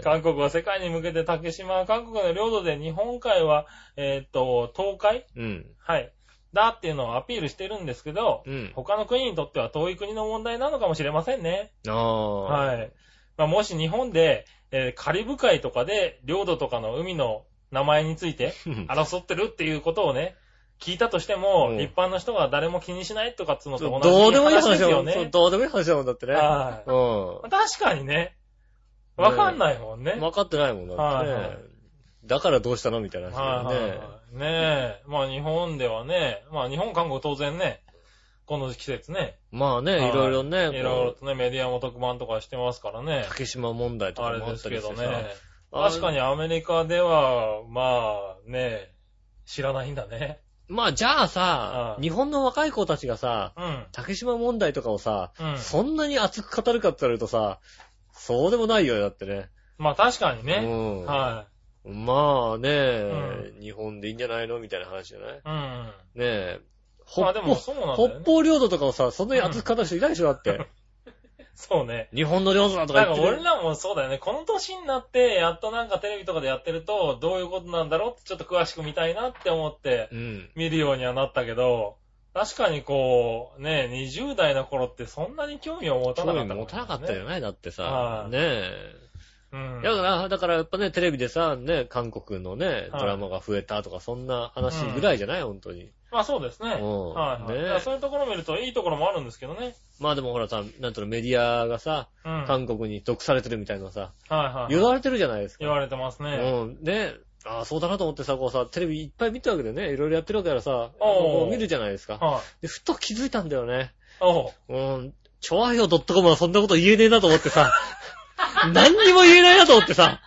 え。
韓国は世界に向けて竹島は韓国の領土で日本海は、えーっと、東海
うん。
はい。だっていうのをアピールしてるんですけど、
うん。
他の国にとっては遠い国の問題なのかもしれませんね。
ああ。
はい。まあ、もし日本で、えーカリブ海とかで領土とかの海の名前について争ってるっていうことをね、聞いたとしても、
うん
一般の人が誰も気にしないとかっつうのと同じ
どうでもいい話
です
だも
よ
ん。そう
ね。
どうでもいい話だもん、だってね。
はい
うん。
確かにね。わかんないもんね。
分かってないもんだって
はいは
ね
い。
だからどうしたのみたいな話
はい
だ
は
よ
いは
ね。
い。ねえ。まあ日本ではね、まあ日本、韓国当然ね、この季節ね。
まあね、いろいろね、
いろいろ
こと
ね、メディアも特番とかしてますからね
う。竹島問題と
あ
か
れ
もあ
で
った
す
り
け
し
ど
て
ね
さ。。
確かにアメリカでは、まあね、知らないんだね。
まあじゃあさ
う、ん
日本の若い子たちがさ、
うん。
竹島問題とかをさ、
うん。
そんなに熱く語るかって言われるとさ、そうでもないよ、だってね。
まあ確かに
う
ね。
ん
は
まあね
う、
日本でいいんじゃないのみたいな話じゃないね
い。うん。
え。
まあ
北
で
方
も、そうなんだよ
北
ね。
方領土とかをさ、そんなに熱く語る人いないでしょ、だって。
そうね。
日本の領土だとか
なん
言
か
って
俺
る。
らもそうだよね。この年になって、やっとなんかテレビとかでやってると、どういうことなんだろうってちょっと詳しく見たいなって思って
うん。
見るようにはなったけど、確かにこう、ね、20代の頃ってそんなに興味を持た
興
なか
味
った、
持たなかったじゃ
ね。
ないだってさ
は。い
ねえ。
うん。
だから、だからやっぱね、テレビでさ、ね、韓国のね、ドラマが増えたとか、そんな話ぐらいじゃない本当に。
まあそうですね。はい、
うん
はい。
ね
だからそういうところを見るといいところもあるんですけどね。
まあでもほらさ、なんとのメディアがさ、
うん。はい
韓国に毒されてるみたいなのさ、
はい
言
はい。
われてるじゃないですか。
言われてますね。
うん。ね、ああ、そうだなと思ってさ、こうさ、テレビいっぱい見てるわけでね、いろいろやってるわけだからさ、
おう
こう見るじゃないですか。
はい。
で、ふと気づいたんだよね。
おう。
うん、調和表 .com はそんなこと言えねえなと思ってさ、 *laughs* 何にも言えないなと思ってさ、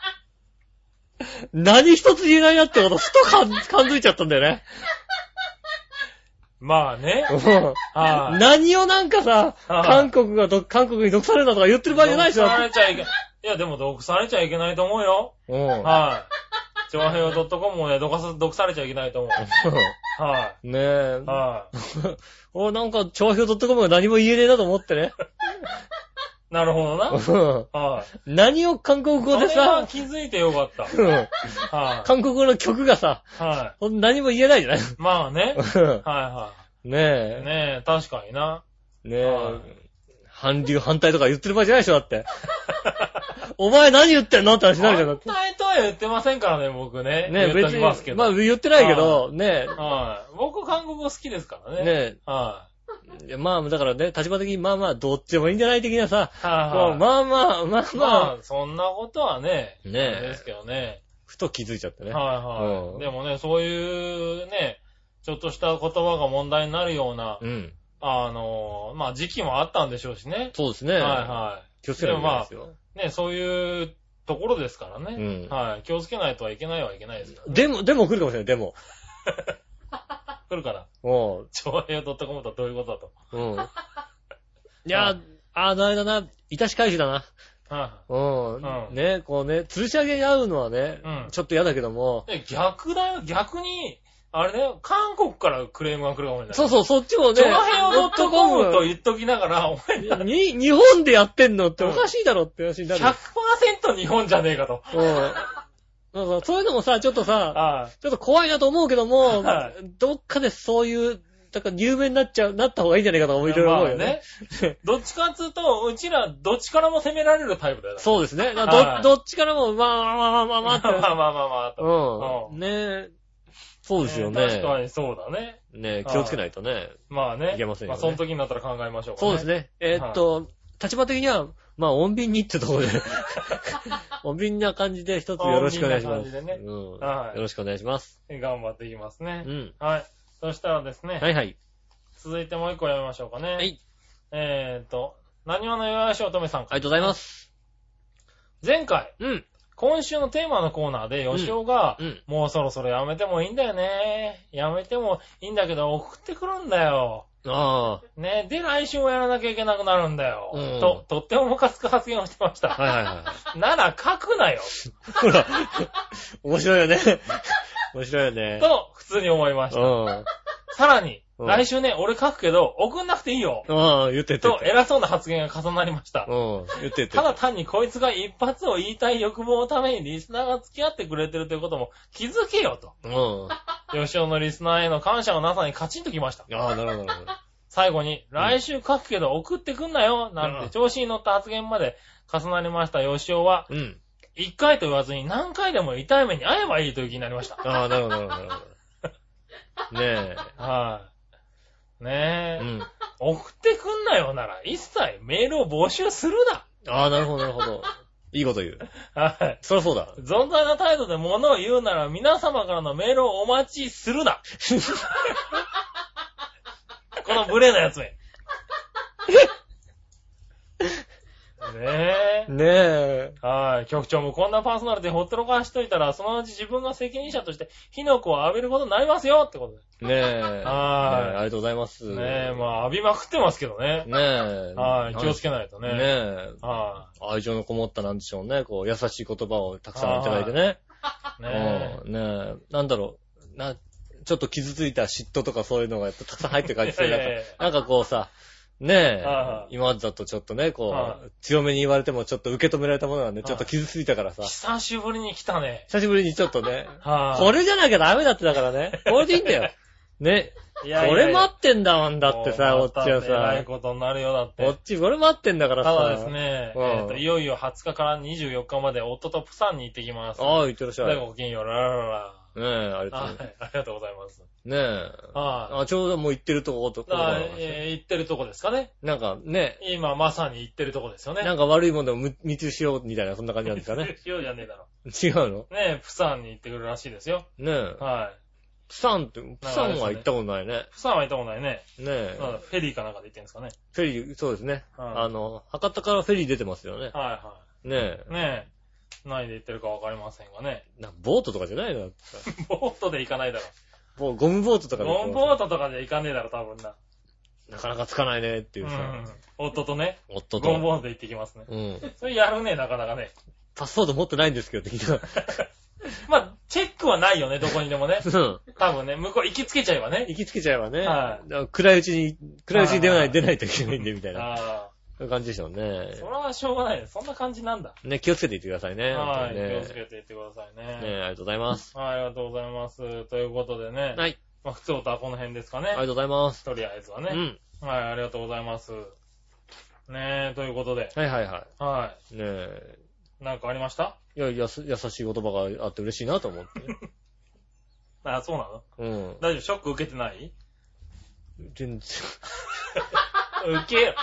何一つ言えないなってこと、ふと感感づいちゃったんだよね。
まあね。
うん
はい。
何をなんかさ、
はい
韓国がど、韓国に毒されるなとか言ってる場合じゃないでしょ
毒。されちゃいけ、いやでも毒されちゃいけないと思うよ。
うん
はい。調和平和 .com もね、毒さ、毒されちゃいけないと思う。は
ねえ
い。。はい。
俺なんか、調和表 .com が何も言えねえなと思ってね。
なるほどな。
うん
はい。
何を韓国語
そ
で
れは
さ、
気づいてよかっ
うん
た。は
韓国語の曲がさ、
い。は
ほんと何も言えないじゃない
い。まあね。
うん
は
ね
いは
え
い。。ねえ、確かにな。
ね
は
え。韓流反対とか言ってる場合じゃないでしょ、だって。お前何言ってんのって話になるじゃん、だ
反
って。
対とは言ってませんからね、僕ね。
ねえ、
言っ
別
ときますけ
に。
ど。
まあ言ってないけど、ね
はい。僕、韓国語好きですから
え、
ね。
ね
は
えいや、まあだからね、立場的にまあまあどっちでもいいんじゃない的なさ、
い。はい
こ
は
う
い。
まあまあ、まあ
ま
まあ
あ、、そんなことはね、
ねえ
あれですけどね。
ふと気づいちゃってね。
はい
うん
はい。でもね、そういうね、ちょっとした言葉が問題になるような、
うん。
あの、まあ時期もあったんでしょうしね。
そうですね。
はいは
気をつけないといけないですよ。
い。ね、そういうところですから
うん
ね。はい。気をつけないとはいけないはいけないですからね。
でも、でも来るかもしれない、でも。
来るから。 *laughs*
おう
超平洋 .com *laughs* とはどういうことだと。
うん。いや、あの、あれだな、いたし返しだな。
は
うん
う。ん
ね、こうね、吊るし上げに合うのはね
うん、
ちょっと嫌だけども、
いはい。で逆だよ、逆に、あれだよ、韓国からクレームが来るかもしれない。
そうそう、そっちもね、
その辺をドットコムと
ドッ
言っときながら、お前
トコムに、日本でやってんのっておかしいだろって話になる。
100%日本じゃねえかと。
うん。そうそうそういうのもさ、ちょっとさ、
あ
ちょっと怖いなと思うけども
は、
どっかでそういう、だから有名になっちゃう、なった方がいいんじゃないかと思
あ
ういろいろ思う
まあ
よね。 *laughs*
どっちかっつうと、うちら、どっちからも攻められるタイプだよ。
そうですね。だ
は
から
い
どどっちからも、まあまあまあま
ま
あ
あ
まあ
*laughs* ま
っ
あまあまあまあ
て。
と。
う。
うん
ねえ。そうですよ
えー確か
ね。
にそうだね。
ねえ、気をつけないとね。
まあね。
いけませんよね
あその時になったら考えましょうか
そ
ね。
うです
ね。
ね。えーっと、立場的には、まあ、穏便にってところで。穏便な感じで一つよろしくお願いしま
穏
す。
便な感じでね
うん。よ
はい
ろしくお願いします。。
頑張っていきます
う
ね。
ん。
はい。そしたらですね、
はいはい。
続いてもう一個読みましょうかね。
はい。
えーっと、何話のよやしおとめさん
ありがとうございます。
前回、
うん。
今週のテーマのコーナーで、よしおが、
うん。
もうそろそろやめてもいいんだよね。やめてもいいんだけど、送ってくるんだよ。
あ
ね、で、来週もやらなきゃいけなくなるんだよ。
うん
と、とってもムカつく発言をしてまし
あ。はい
た。
はいはい。
*laughs* なら書くなよ。
ほら、面白いよね。面白いよね。
と、普通に思いまし
う
た。
ん。
さらに、
うん
来週ね、俺書くけど、送んなくていいよ。
うん、言ってて。
と、偉そうな発言が重なりました。
うん、言ってて。
ただ単にこいつが一発を言いたい欲望のためにリスナーが付き合ってくれてるということも気づけよと。
うん。あ
吉尾のリスナーへの感謝のなさにカチンときました。
あ、なるほど、なるほど。
最後に、来週書くけど送ってくんなよ、なん
うん
て調子に乗った発言まで重なりました吉尾は、
うん。
一回と言わずに何回でも痛い目に会えばいいという気になりました。
ああ、なるほど、なるほどなるほど。ね
はい。
え。
ね
う
え、
ん。
送ってくんなよなら一切メールを募集する
ああ、なるほど、なるほど。いいこと言う。
な。はい。
そりゃそうだ。
存在な態度で物を言うなら皆様からのメールをお待ちするな。 *laughs* この無礼なやつめ。 *laughs* ねえ。
ねえ。
はい。局長もこんなパーソナリティほったろかしといたら、そのうち自分が責任者として火の粉を浴びることになりますよってことで
ねえ。
はい
ねえありがとうございます。
す。ねえ、まあ浴びまくってますけどね。
ねえ。
はい。気をつけ
な
ないとね。
ねえ。
は
愛情のこもったなんでしょうね。こう、優しい言葉をたくさんいただいてね。
い。ね
うんねえ。なんだろう。な、ちょっと傷ついた嫉妬とかそういうのがやっぱたくさん入ってる感じする。
い
なん
やい
か
やいや
なんかこうさ、ねえ
はいはい、
今までだとちょっとね、こ
は
う、強めに言われてもちょっと受け止められたものがね、
はい
ちょっと傷ついたからさ
え。、久しぶりに来たね。
久しぶりにちょっとね、
はい。
これじゃなきゃダメだってだからね、これでいいんだよ。ね、
いやいやいや、
これ待ってんだもんだってさ、こ
も
っ
う
ちは
またえら
さ
い、ことになるよ、だっ
こ
て
っ。ち、これ待ってんだか
た
らさ。
だですね、
うん
えっといよいよ20日から24日まで夫とプサンに行ってきます。
ああ、言ってらっしゃ
で、
い。ね
ごきげんよう、ララララ。
え、ありがと
は
うござい
い、ありがとうございます。
ます。ねえ。
は
あ、ちょうどもう行ってるとこと、
い。
こ
だ
と
か
な
ら
んですね
えー行ってるとこですかね。
なんかね、
今まさに行ってるとこですよね。
なんか悪いものをむ密輸しようみたいな、そんな感じなんですか
*laughs*
ね。
しようじゃねえだろ。
違うの
ねえ、プサンに行ってくるらしいですよ。
ねえ。
は
プサンって、プサンは行ったことないね
い。。プサンは行ったことないね。
ね
なん
え。
だフェリーかなんかで行ってるんですかね。
フェリー、そうですね。
はい
あの、博多からフェリー出てますよね。
はいは
ね
い。ねえ、何で行ってるかわかりませんがね。
え。なボートとかじゃないの
ボートで行かないだろ。
もうゴムボートとかで行っ
ゴ
てま
ン
す
ボートとかで行かねえだろ、多分な。
なかなかつかないねっていううさ、
ん。夫とね、
夫と。
ゴンボートで行ってきますね。
うん。
それやるね、なかなかね。
パスポート持ってないんですけど、的
*laughs*
な。。
まあ、チェックはないよね、どこにでもね
*laughs* うん。
多分ね、向こう行きつけちゃえばね。
行きつけちゃえばね。
は
だから暗いうちに、暗いうちに出
は
ないい、出ないといけないんで、みたいな
ああ、
感じでしょうね。
それはしょうがないね。そんな感じなんだ。
ね、気をつけていってくださいね。
は
本当
い。
にね
気をつけていってください
ね
ね。
ありがとうございます。
はい、ありがとうございます。ということでね。
はい。
まあ、普通音はこの辺ですか
ありが
ね。
とうございます。
とりあえずは
う
ね。
ん。
はい、ありがとうございます。ねえ、ということで。
はいはいは。
はい
ねえ。
い。なんかありました
いや、やす優しい言葉があって嬉しいなと思って。
*laughs* あ、そうなの
うん。
大丈夫ショック受けてない
全然。
受けろ。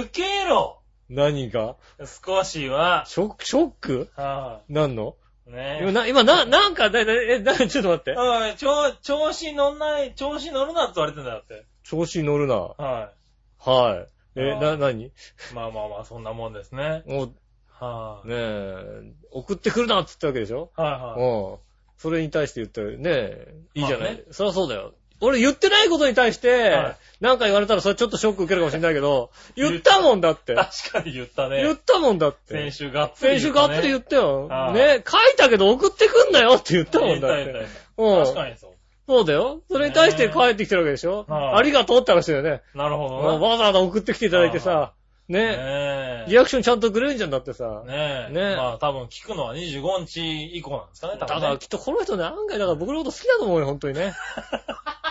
受けろ
何が
少しは、
ショック、ショック
は
なんの
い。ね
今、な、今な、なんか、な、な、え、な、ちょっと待って。
おい、調、調子乗んない、調子乗るなって言われてんだよだって。
調子に乗るな。
は
はい。え、
あー
な、なに
い。まあまあまあ、そんなもんですね。
もう、
はい、
ねえ、送ってくるなって言ったわけでしょ
はいは
うん。それに対して言ったら、ねえ、いいじゃな
まあ
いそりゃそうだよ。
い。
俺言ってないことに対して
はい、
なんか言われたらそれちょっとショック受けるかもしれないけど、言ったもんだって。
確かに言った
言
ね
っ。たもんだって。
先週がっつり
先週がっつり言
っ
ったよ
あ。あ
ね、書いたけど送ってくんなよって言った
た
も
ね
んだっ
言った
て。
言った
うん。
確かにそ
そうだよ。それに対して帰ってきてるわけでしょ。
ねえはい
ありがとうって話だよね。
う。なるほど
わ
ね。
ざわざ送ってきていただいてさ、ね、
ねえ。
リアクションちゃんとくれるんじゃんだってさ。
ねえ。
ねえ
まあ多分聞くのは25日以降なんですかね、多
た
分
だ、
ね。
きっとこの人ね、案外だから僕のこと好きだと思うよ、本当に
*laughs*
ね。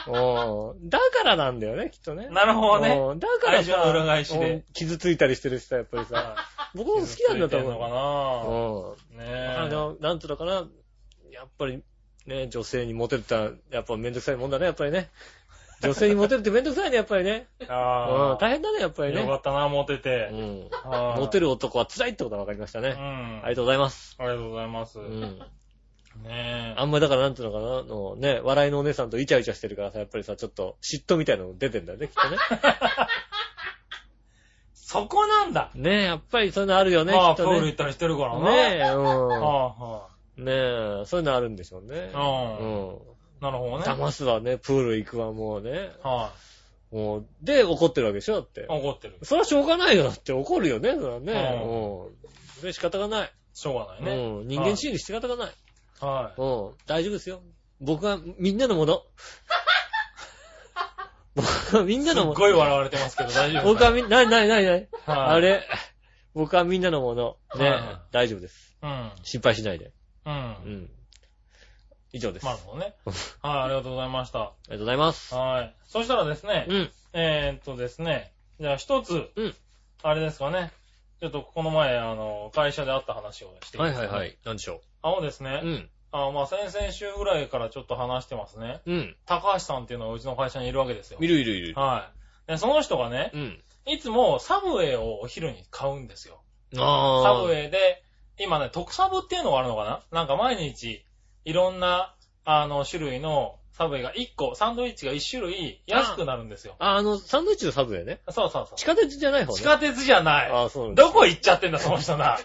うんだからなんだよね、きっとね。
なるほどね。
うんだから
愛情
さ、
の裏返しで
うん傷ついたりしてるしさ、やっぱり
*laughs*
さ、僕のこと好きなんだと
気づいての
思
か
う。う
な
ん。
ね
あ
え。
の、なんつうのかな、やっぱり、ね、女性にモテるってのは、やっぱめんどくさいもんだね、やっぱりね。女性にモテるってめんどくさいね、やっぱりね。うん
ああ
大変だね、やっぱり
よか
ね。
ったな、モテ
う
て。
ん。モ
モ
テ
る。
る男は辛いってことが分かりました
う
ね。あ
ん。
り
あり
がとうございます。
がとうございます
う。ん。
ねえ。
あんまりだからなんていうのかな、あのね、笑いのお姉さんとイチャイチャしてるからさ、やっぱりさ、ちょっと嫉妬みたいなの出てんだよね、きっとね。
そこなんだ。
ねえ、やっぱりそういうのあるよね、き
まあ、
っ
プ
と
ール
ね。
行ったりしてるからな。
ねえ、
は
う
あは
ん。ねえ、そういうのあるんでしょうね。
あ。うん。
う
なるほど
ん。
ね。
騙すわね、プール行くわ、もうね。
は
もう、で、怒ってるわけでしょ、だって
い。。怒ってる。
それはしょうがないよ、だって怒るよね、それはね。
う
うん。で、仕方がない。
しょうが
う
ないね。
ん。人間心理仕方がない。
は
うん。大丈夫ですよ。僕は、みんなのも *laughs* の。僕はみん
い。
な
す
の
っ
もの。
ごい笑われてますけど大丈夫
*laughs* 僕はみんな、なになになに
は
あ
い。
れ僕はみんなのもの。ね
はい、
大丈夫です。
うん。
心配しないで。
う。
うんん。以上です。
な
あ
るほどね。はい、ありがとうございました。
りがとうございます。
はい。そしたらですね、
うん。
えーっとですね、じゃあ一つ、
うん
あれですかね、ちょっとこの前、あの、会社で会った話をしていい
は
で
い
す
は
か
いは
ね
い。なんでしょ
あのですね
う。、うん。
あまあ先々週ぐらいからちょっと話してますね。
うん。
高橋さんっていうのがうちの会社にいるわけですよ。
いるいるいる。
はい。で、その人がね
う、ん。
いつもサブウェイをお昼に買うんですよ。
あ
サ
あ。
ブウェイで、今ね、特サブっていうのがあるのかななんか毎日、いろんな、あの、種類のサブウェイが1個、サンドイッチが1種類安くなるんですよ。
ああの、サンドイッチのサブウェイね。
そうそうそう。
地下鉄じゃない方ね。
地下鉄じゃない。
ああ、そうなんだ。
どこ行っちゃってんだ、その人
*laughs*
な。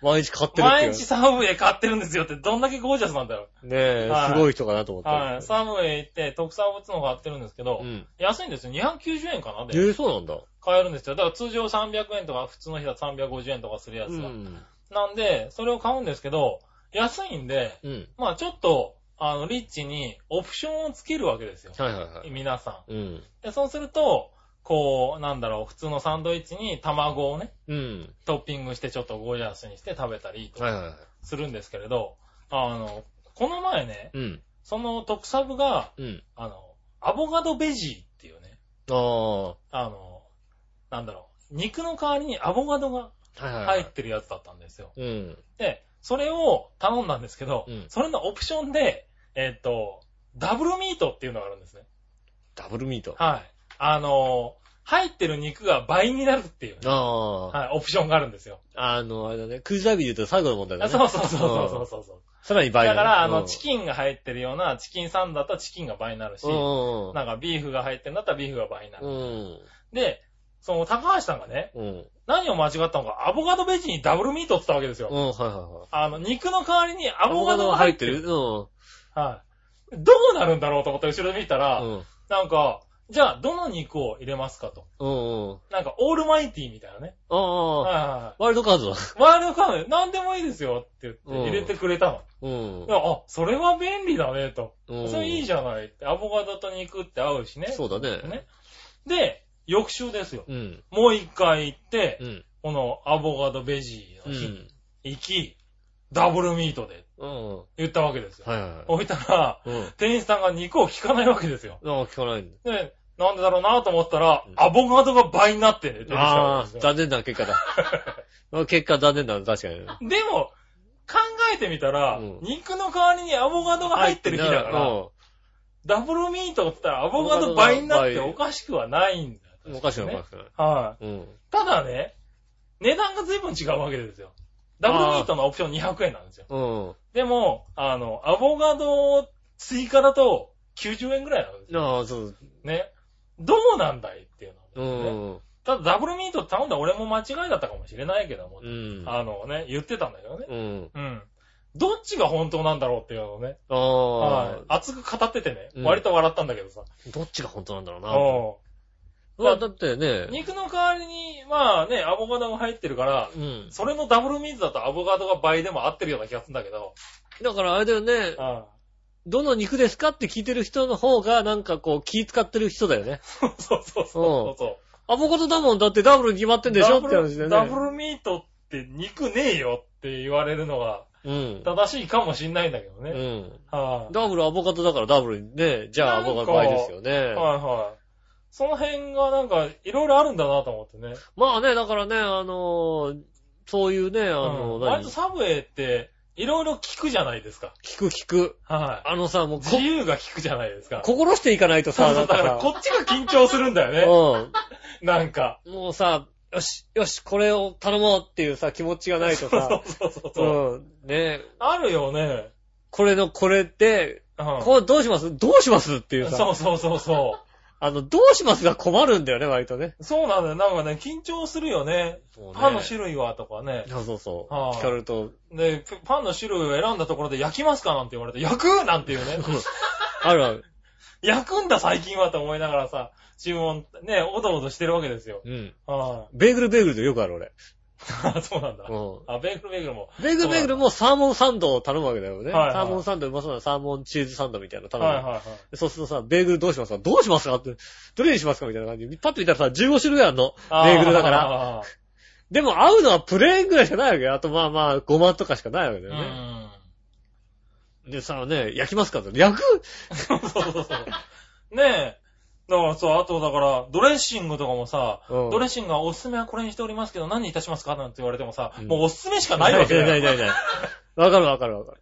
毎日買ってるっていう。
毎日サブウェイ買ってるんですよって、どんだけゴージャスなんだろ
ねえ、
はい
すごい人かなと思っ
う。は
た。
い。サブウェイ行って、特産物の方買ってるんですけど、
うん。
安いんですよ。290円かな
え
で
ー、そうなんだ。
買えるんですよ。だから通常300円とか、普通の日だと350円とかするやつ
う
が。
ん。
なんで、それを買うんですけど、安いんで、
うん。
まあちょっと、あの、リッチにオプションをつけるわけですよ。
はいはいはい。
皆さ
うん。
ん。で、そうすると、こう、なんだろう、普通のサンドイッチに卵をね、
うん。
トッピングしてちょっとゴージャスにして食べたりとか
はいはいはい。
するんですけれど、あの、この前ね、
うん。
その特サブが、
うん。
あの、アボカドベジーっていうね、
ああ。は
あの、なんだろう、肉の代わりにアボカドが
いはいは
入っ
い。
てるやつだったんですよ。
うん。
で、それを頼んだんですけど、
うん
それのオプションで、えっ、と、ダブルミートっていうのがあるんですね。
ダブルミート。あ
はい。あのー入ってる肉が倍になるっていう、
あ。
はい、オプションがあるんですよ。
あの、あれだね。クイズダービーで言うと最後の問題だ
あ
ね。
そうそうそうそうそうそうそう。
さらに倍
だから、あの、
うん
チキンが入ってるようなチキンサンドだったらチキンが倍になるし、
うん
なんかビーフが入ってるんだったらビーフが倍にな
う
る。
ん。
で、その高橋さんがね、
うん。うん。
何を間違ったのか、アボカドベジにダブルミートって言ったわけです
う
よ。
ん、はいはいはい。
あの、肉の代わりにア
ア
ボカドが入ってる。
うん。
はい。どうなるんだろうと思って後ろで見たら、
うん。
なんか、じゃあ、どの肉を入れますかと。
うんうん。
なんか、オールマイティーみたいなね。
あ
はい
あ。
は
ワイルドカードだ。
いはい。ワールドカード、何でもいいですよって
う
言
ん
って入れてくれたの。
うん
い。やあ、それは便利だね、と。
うん
それいいじゃないって。アボカドと肉って合うしね。
そうだ
う
ね。
ね。で、翌週ですよ。
うん。
もう一回行って、
うん。
このアボカドベジー
う
の日、
ん。
行き、ダブルミートで、
うん。
言ったわけですよ。
はいはいはい。
置いたら、
うん。
店員さんが肉を聞かないわけですよ。
ああ、聞かないん
で、なんでだろうなと思ったら
うん、
アボカドが倍になって出てき
だ。
た
あ
わ
あ
け、ですよ
残念な結果
*laughs*
だ。結果残念だな、確かに。
でも、考えてみたら
うん、
肉の代わりにアボカドが入ってる日だから、
う
ダブルミートって言ったらアボカド倍になって
アボカドが倍
おかしくはないんだよ。
ん。おかしくない、お
ね
かしくない。
は
うん。
い。ただね、値段が随分違うわけですよ。ダブルミートのオプション200円なんですよ。
うん。
でも、あの、アボカド追加だと90円ぐらいなんですよ。
ああ、そう。
ね。どうなんだいっていう
う
の、ね
ん。
ただダブルミート頼んだ俺も間違いだったかもしれないけども、
うん。
あのね、言ってたんだけどね。
うん。
うん。どっちが本当なんだろうっていうのをね、
あ
はい
あ。
熱く語っててね、
うん
割と笑ったんだけどさ。
どっちが本当なんだろうな。
うん
うわ、だってね、
肉の代わりに、まあね、アボカドが入ってるから、
うん。
それのダブルミーズだとアボカドが倍でも合ってるような気がするんだけど、
だからあれだよね、
うん
どの肉ですかって聞いてる人の方が、なんかこう、気使ってる人だよね。
そうそうそうそうそう。
アボカドだもんだってダブルに決まってんでしょって話だよね。
ダブルダブルミートって肉ねえよって言われるのが
うん。
正しいかもしんないんだけど
う
ね。
ん。
は
ダブルアボカドだからダブルにね、じゃあアボカド倍ですよ
い
ね。
はいはい。その辺がなんかいろいろあるんだなと思ってね。
まあね、だからね、あのーそういうね、あのー
うん割
何
と
聞
サブウェイっていろいろ聞くじゃないですか。
く聞く。
はい。
あのさ、もうこ
自由が聞くじゃないですか。
心していかないと
そ
さ、
うそ
な
うん
か
だか
さ、
ら *laughs* こっちが緊張するんだよね。なんか。
うん。もうさ、よし、よし、これを頼もうっていうさ、気持ちがないと
そう
さ、
そうそう
う
そう。
ん。ね
あるよね。
これの、これって、
うん。
こう、どうしますどうしますっていう
そ
さ、
うそうそうそ
あの、どうしますが困るんだよね、割とね。
う。そうなんだよ。なんかね、緊張するよね。
そうね
パンの種類はとかね。
そうそうそう。
はい
聞かれると、
で、パンの種類を選んだところで焼きますかなんて言われて、焼くなんていうね。
あるある。
焼くんだ最近はと思いながらさ、注文、ね、おどおどしてるわけですよ。
うん。
は
ベーグルベーグルでよくある、俺。
い。 *laughs* そうなんだ
う。ん。
あ、ベーグルベーグルも。
ベーグルベーグルもサーモンサンドを頼むわけだよね。
はいはい
サーモンサンドうまそうなサーモンチーズサンドみたいなの
はい
頼む。
はいはい。
そうするとさ、ベーグルどうしますかどうしますかって、どれにしますかみたいな感じで。パッと見たらさ、15種類あるの。ベーグルだから。
ら。
でも合うのはプレーンぐらいしかないわけよ。あとまあまあ、ごまとかしかないわけだ
う
よね。
ん。
でさ、ね、焼きますかって。焼く
そうそうそう。ねえ。だからそう、あとだから、ドレッシングとかもさ、
うん
ドレッシングはおすすめはこれにしておりますけど、何にいたしますかなんて言われてもさ、
うん
もうおすすめしかないわけだよ。
ないないないない。わかるわかるわかる。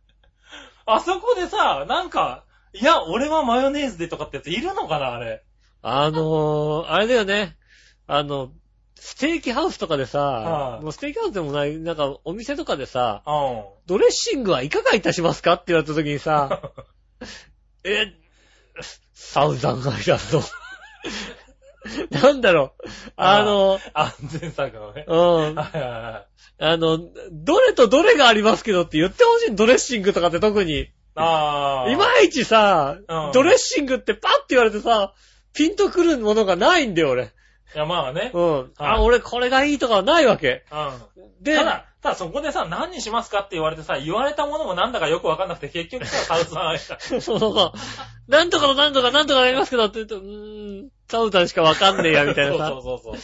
あそこでさ、なんか、いや、俺はマヨネーズでとかってやついるのかな、あれ。
あのー、あれだよね。あの、ステーキハウスとかで
は
さ
い、
もうステーキハウスでもない、なんかお店とかでさ、
うん。 *laughs*
ドレッシングはいかがいたしますかって言われた時にさ、え、サウザンアイランド。 *laughs* なんだろう、あの、
安全策のね。
うん、
はいはいはい。
あの、どれとどれがありますけどって言ってほしいドレッシングとかって特に。
ああ。
いまいちさ
うん、
ドレッシングってパッて言われてさ、ピンとくるものがないんだよ、俺。
いや、まあね。う。
うんん。あ、俺これがいいとかはないわけ。で、
ただ、ただそこでさ、何にしますかって言われてさ、言われたものもなんだかよくわかんなくて、結局さ、サウザンアイラン
*laughs* そうそうそう。なんとかとなんとかなんとかやりますけどって言うと、うーん、サウザンしかわかんねえや、みたいな
*laughs* そ
さ
う。そうそう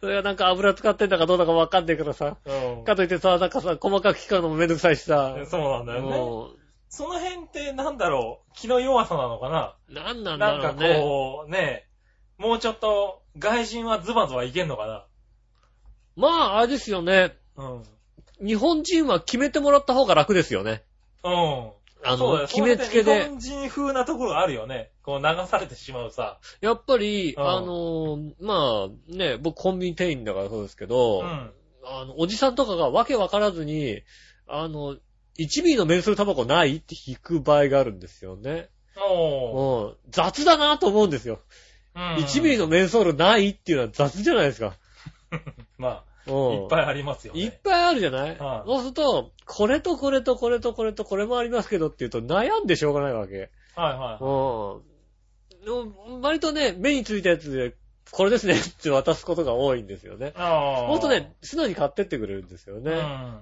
それがなんか油使ってんだかどうだかわかんねえからさ。
そう。うん。
かといってさ、なんかさ、細かく聞くのもめんどくさいしさ。
そうなんだよね。
も
その辺ってなんだろう気の弱さなのかな
う、なんなんだ
なん
ろ
か
うね。
こう、ね、もうちょっと外人はズバズバいけんのか
まあ、あれですよね。
なうん。うん。
日本人は決めてもらった方が楽ですよね。あ
そうだ
の、
よ
決めつけ
その
で
辺っ。て日本人風なところがあるよね。こう流されてしまうさ。
やっぱり、
うん
あの、まあ、ね、僕コンビニ店員だからそうですけど、
うん。
あの、おじさんとかがわけわからずに、あの、1ミリのメンソールタバコないって引く場合があるんですよね。
おー。
うん。雑だなと思うんですよ。1ミリ
の。
のメンソールないっていうのは雑じゃないですか。
ま
うん。
あ、いっぱいありますよ
いっ
ね。
ぱいあるじゃない、
はい
そうすると、これとこれとこれとこれとこれもありますけどっていうと悩んでしょうがないわけ。
はいは
うん。
い。
でも割とね、目についたやつで、これですねって渡すことが多いんですよね。
ああ。
ほんとね、素直に買ってってくれるんですよね。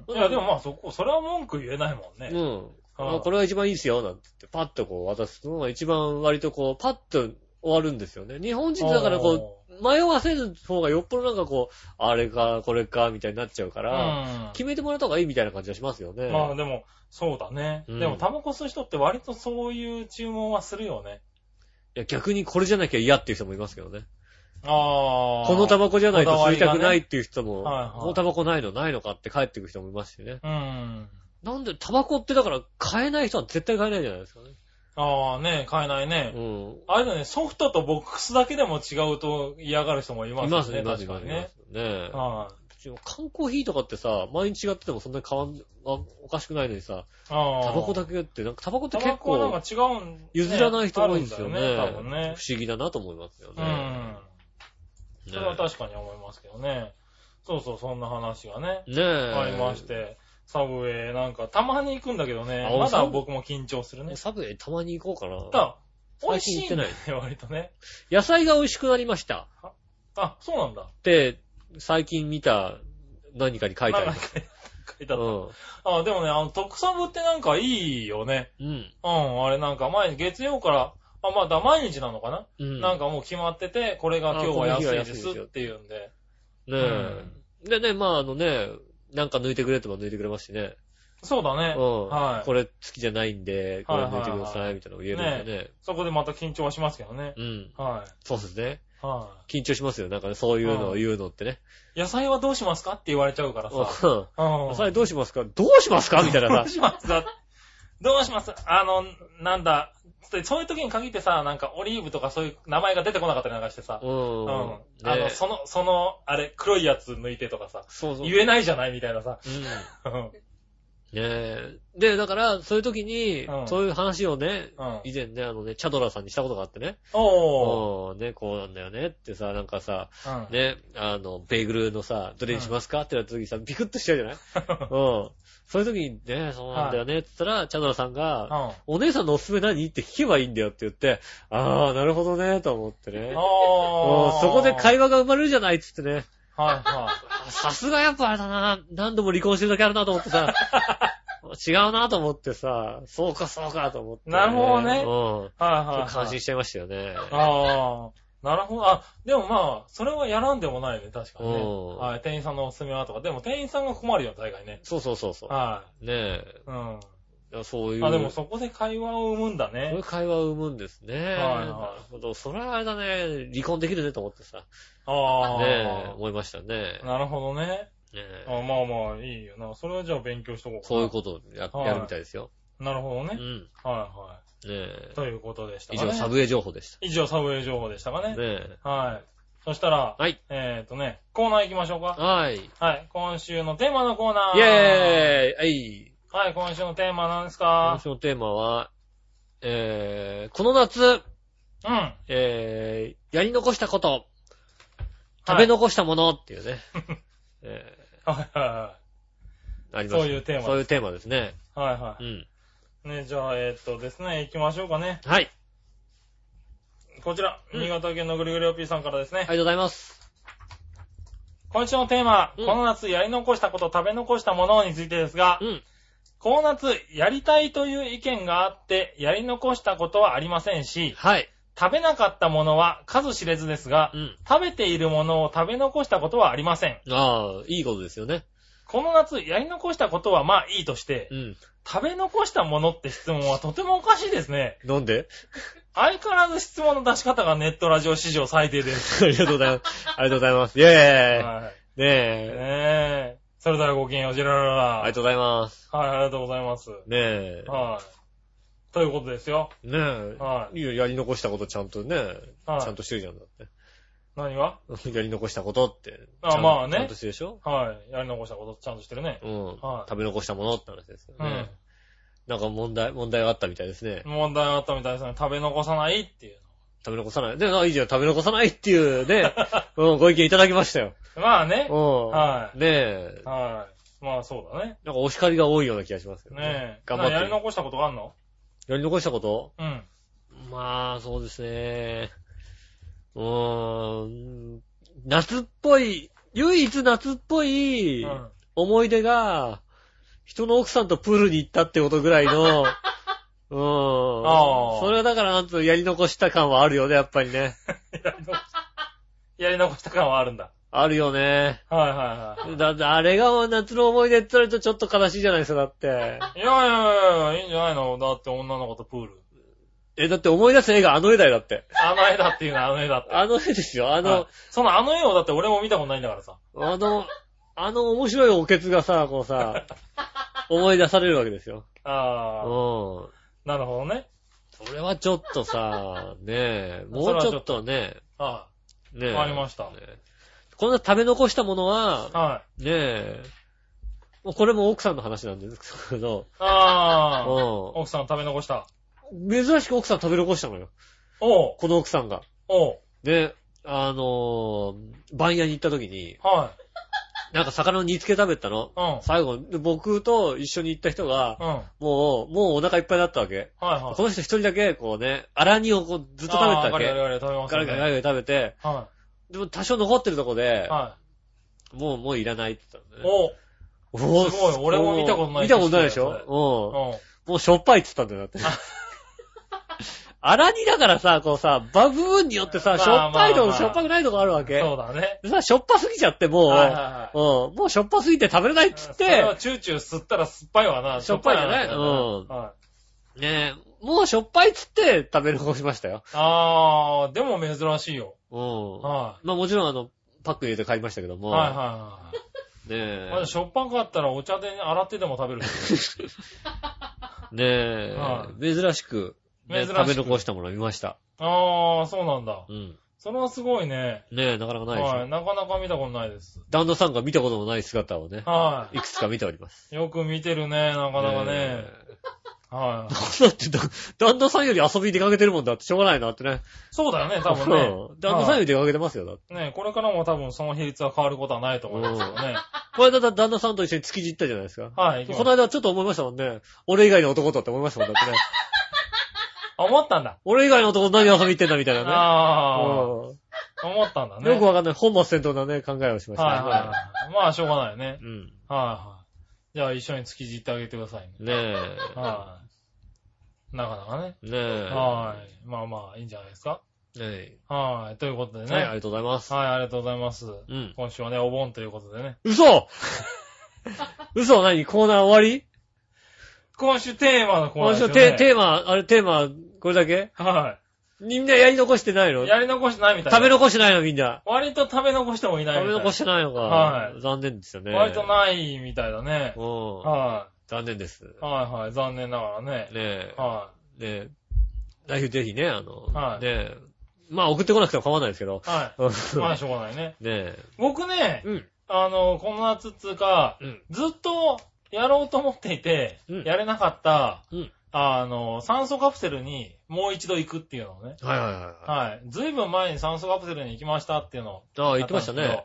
うん。いや、でもまあそこ、それは文句言えないもんね。
うん。
はい
あこれが一番いいですよ、なんて言って、パッとこう渡すのが一番割とこう、パッと終わるんですよね。日本人ってだからこう、迷わせる方がよっぽどなんかこう、あれか、これか、みたいになっちゃうか
う
ら、
ん。
決めてもらった方がいいみたいな感じがしますよね。
まあでも、そうだね。
うん
でも、タバコ吸う人って割とそういう注文はするよね。
いや、逆にこれじゃなきゃ嫌っていう人もいますけどね。
ああ。
このタバコじゃないと
こだわ
吸
り
い
がね
たくないっていう人も、
はいはい
このタバコないのないのかって帰ってくる人もいますしね。
うん。
なんで、タバコってだから買えない人は絶対買えないじゃないですかね。
ああ、ね、買えないうね。
ん。
あれだね、ソフトとボックスだけでも違うと嫌がる人もいま
い
す
ますね、
ね。
いますね。
確か
い
に
ま
ね。
すね。
は
うちも缶コーヒーとかってさ、毎日違っててもそんなに変わん、あおかしくないのにさ、
い。ああ。
タバコだけって、なんかタバコって
タ
結
バコはなん
構
か違うんね。
譲らない人多いんですよね。
あるんだよね
不思議だなと思いますよ
多分ね。
ね。
うん。それは確かに思いますけどね。そうそう、そんな話がね。
ねえ。
ありまし。て。サブウェイなんか、たまに行くんだけどね
あ。
ま
サ
だ
ブ
僕も緊張するね。
サブウェイたまに行こうかな。
ただ、美味しいんだよ
最近行っ
ね、割とね。
野菜が美味しくなりました。
あ、そうなんだ。
って、最近見た何かに書いてあり
な
ま
んか
す。
書いうてあった。あ、でもね、あの、特サブってなんかいいよね。
ん。うん。
うん、あれなんか毎日、月曜から、あ、まだ毎日なのかな、
うん。
なんかもう決まってて、これが今日は
あこの日は
安
安
い
い
で
です
す
よ
っていうんで。
ねえ。でね、まああのね、なんか抜いてくれとか抜いてくれますしね。
そうだ
う
ね
ん。。
はい
これ好きじゃないんで、これ抜いてくだ
はいはいは
さい、みたいなのを言えるんでね。
そこでまた緊張はしますけどね。
うん。
は
そうですね。
い。は
緊張しますよ。なんかね、そういうのを言うのってね。
い。野菜はどうしますかって言われちゃうからさ。
うん。
うん
野菜どうしますかどうしますかみたい
ど
な
う
さ。
しますかどうしますあの、なんだ。でそういう時に限ってさ、なんかオリーブとかそういう名前が出てこなかったりなんかしてさ。
う。
うんん。あ
ね
の、その、その、あれ、黒いやつ抜いてとかさ。
そうそう。
言えないじゃないみたい
*laughs*
なさ。
うん。
うん。
ねえ。で、だから、そういう時に、
うん
そういう話をね、
うん
以前ね、あのね、チャドラさんにしたことがあってね、
おー。
うん、ね、こうなんだよねってさ、なんかさ、
うん。
ね、あの、ベーグルのさ、どれにしますかってなった時にさ、ビクッとしちゃうじゃないうん。そういう時にね、そうなんだよねって言ったら、チャドラさん
うん。
が、
あ
お姉さんのおすすめ何って聞けばいいんだよって言って、あー、なるほどね、と思って *laughs* ね。うん
ー。
そこで会
話。
話が生まれるじゃないっつってね。
はいはい。
あさすがやっぱあれだな、何度も離婚してるだけあるなと思って
*laughs*
さ、違うなと思ってさ、そうかそうかと思って、
なるほどね
うん。ちょ
はいはい、
っ
は
と
い。
感心しちゃいましたよね。
ああ、なるほど。あ、でもまあ、それはやらんでもないね、確かにね。
うん
はい、店員さんのおすすめはとか。でも店員さんが困るよ、大概ね。
そうそうそうそう。
は
ね
い。うん。あ、
え。そういう。
でもそこで会話を生むんだ
そうい
ね
う。会話を生むんですね。
はい
なるほど。それはあれだね、離婚できるねと思ってさ、
ああ、
ねえ、思いましたね。
なるほどね。
ねえ
あまあまあ、いいよな。それはじゃあ勉強しとこうかな。
そういうことをや
はい
やるみたいですよ。
なるほど
う
ね。
ん。
はいは
ねえ
い。。ということでした
以
かね。
上、サブウェイ情報でし
以上サブウェイ情報でしたか
た。ね
ね。
え。
はい。そしたら、
はい。
えっ、ー、とね、コーナー行きましょうか。
はい。イ
はい。今週のテーマのコー
ェ
ナー。
ーイはい。
はい、今週のテーマなんです
今
か
週のテーマは、えー、この夏、
うん。
えー、やり残したこと、食べ残したものっていうね、
*laughs*
え
はいは
ー、あります
そういうテーマです
そういうテーマですね。
いはい。はいは
うん。
い。ね、じゃあ、えーっとですね、行きましょうかね。
はい。
こちら、
うん
新潟県のぐるぐるおぴーさんからです
あり
ね。
がとうございます。
今週のテーマ、
うん
この夏やり残したこと、食べ残したものについてですが
う、ん。
この夏やりたいという意見があって、やり残したことはありませんし、
はい。
食べなかったものは数知れずですが
う、ん。
食べているものを食べ残したことはありません。
ああ、いいことですよね。
この夏やり残したことはまあいいとして
う、ん。
食べ残したものって質問はとてもおかしいですね。
なんで
相変わらず質問の出し方がネットラジオ史上最低で
*laughs*
す。
ありがとうございます。ありがとうございます。イェーイ。
はい。
ね
ね
え。
え。それではごきげんよう、ジェラララ。
ありがとうございます。
はい、ありがとうございます。
ねえ。
はい。ということですよ。
ねえ。
はい
いよやり残したことちゃんとね、
はい
ちゃんとしてるじゃんだって。
何が
*laughs* やり残したことって。
あ
ちゃん
まあね
ちゃんとしてるでしょ
はい。やり残したことちゃんとしてるね。
うん
はい。
食べ残したものって話ですよ
う
ね
ん。。
なんか問題、問題があったみたいですね。
問題があったみたいですね。食べ残さないっていう
食べ残さない。で、あ、いいじゃん、食べ残さないっていう
*laughs*
ね、うん、ご意見いただきましたよ。
の。まあね。
う
は
ん。ねえ
い。、はい。まあそうだね。
なんかお叱りが多いような気がしますよね。
ねえ。
頑張って
なやり残したことがあんの
やり残したこと
うん。
まあ、そうですね。うーん、夏っぽい、唯一夏っぽ
う
い
ん。 *laughs*
思い出が、人の奥さんとプールに行ったってことぐらいの、うーん。
ああ
それはだから、なんと、やり残した感はあるよね、やっぱりね。
やり残した。やり残した感はあるんだ。
あるよね。
はいはいはい。
だって、あれが夏の思い出って言われるとちょっと悲しいじゃないですか、だって。 *laughs*
いやいやいやいや、いいんじゃないのだって女の子とプール。
え、だって思い出す絵があの絵だよ、だって。
あの絵だっていうのはあの絵だって。
あの絵ですよ、あ
あ
の、
そのあの絵をだって俺も見たことないんだからさ。
あの、あの面白いおけつがさ、こう
*laughs*
さ、思い出されるわけですよ。うん。
ああ、なるほどね。
それはちょっとさ、ねえ、もうちょっとね、
は
ねえ。
わかりました。、
ねえこんな食べ残したものはい
はい。
ねえ、もうこれも奥さんの話なんですけど、
ああ、
う
奥さん食べ残した。
ん。珍しく奥さん食べ残したのよ。
おう、
この奥さんが。
おう、
で、あのー、番屋に行った時に、
は
なんか魚の煮付け食べたの。
うん。うん。
最後、で僕と一緒に行った人が、
はい
もう、もうお腹いっぱいだったわけ。
はい。
この人一人だけ、こうね、荒煮をこうずっと食べてたわけ。
あーガリガリガリ食べます
ガ
よ
リ
ね。
ガリガリガリ食べて、
は
でも多少残ってるとこで
い。、は
もう、もういらないって言った
い。
のね。
お
おー
すごい俺も見たことない
見たことないで
景
し
色だよ
ょうん。
うん。
もうしょっぱいって言ったんだよ、だって。荒煮だからさ、こうさ、バ部分によって
ま
さ、
あ
しょっぱいと
まあま
こ、
あ
しょっぱくないとこあるわけ。
そうだね。
でさ、しょっぱすぎちゃって、もう、
はいはいはい。
うん、もうしょっぱすぎて食べれないっつっ
それは
て、
チューチュー吸ったら酸っぱいわな。
しょっぱいよね
しょっぱいわなはい。
ねえ、もうしょっぱいっつって食べる方しましたよ。
あー、でも珍しいよ。
うん。
は
まあもちろんあの、パックに入れて買いましたけど
い。
も。
はいはい
ね
はい。
え
ま。だしょっぱかったらお茶で洗ってでも食べるけ
ねえ、
は
珍しく、ね、
珍しく
食べ残したものを見ました。
ど。あー、そうなんだ。
うん。
それはすごいね。
ねえ、なかなかないでしょ。
はい。なかなか見たことないです。
旦那さんが見たことのない姿をね、
はい
くつか見ております。
い。よく見てるね、なかなかね。
え。
はい。
だってだ、旦那さんより遊びに出かけてるもんだってしょうがないなってね。
そうだよね、多分ね
う。ん旦那さんより出かけてますよ、だって。
ね、これからも多分その比率は変わることはないと思いますよ
*laughs*
ね。
これだったら旦那さんと一緒に築地行ったじゃないですか。
はい。行き
こ
ま
の
す
間ちょっと思いましたもんね。俺以外の男とって思いましたもんだってね。
あ思ったんだ。
俺以外の男と何遊びに行ってんだみたいなね。
あ
う
あ、思ったんだ
ん
ね。
よくわかんない。本末転倒なね、考えをしましたね。
はいはい。まあ、しょうがないよね。
うん。
はいはい。じゃあ、一緒に築地行ってあげてくださいね。
ね
はい。なかなかね。
え。ねえ。
はい。まあまあ、いいんじゃないですか。
ね
はい。ということで
え
ね。
はい、あ
は
り
い、
がとうございます。
ありがとうございます。
うん。
今週はね、お盆ということでね。 *laughs*
嘘嘘何コーナー終わり
今週テーマのコーナ
今
ーです
週
よ、
の
ね。
テテーマ、あれテーマ、これだけ
は
みんなやり残してないの
い。やり残してないみたいな。
食べ残してないのみんな。
割と食べ残してもいないみた
食
い
べ
な。
残してないのか。
はい
残念ですよね。
割とないみたいだね。
うん。
は
残念です。ね
い。はいはい。残念ながらね。
え。
は
ねえ。来週ぜひね、あの、
は
ね
い
え。まあ送ってこなくても構わないですけど。
い。はい。ま
*laughs*
あ、
ね
しょうがないね。
え。
僕ね、
うん。
あの、この夏っつうか、
うん。
ずっとやろうと思っていて、
うん
やれなかった、
うん。
あの、酸素カプセルにもう一度行くっていうのをね。
はいはいはい。
はい。ずいぶん前に酸素カプセルに行きましたっていうのを。
ああ、言ってましたね。。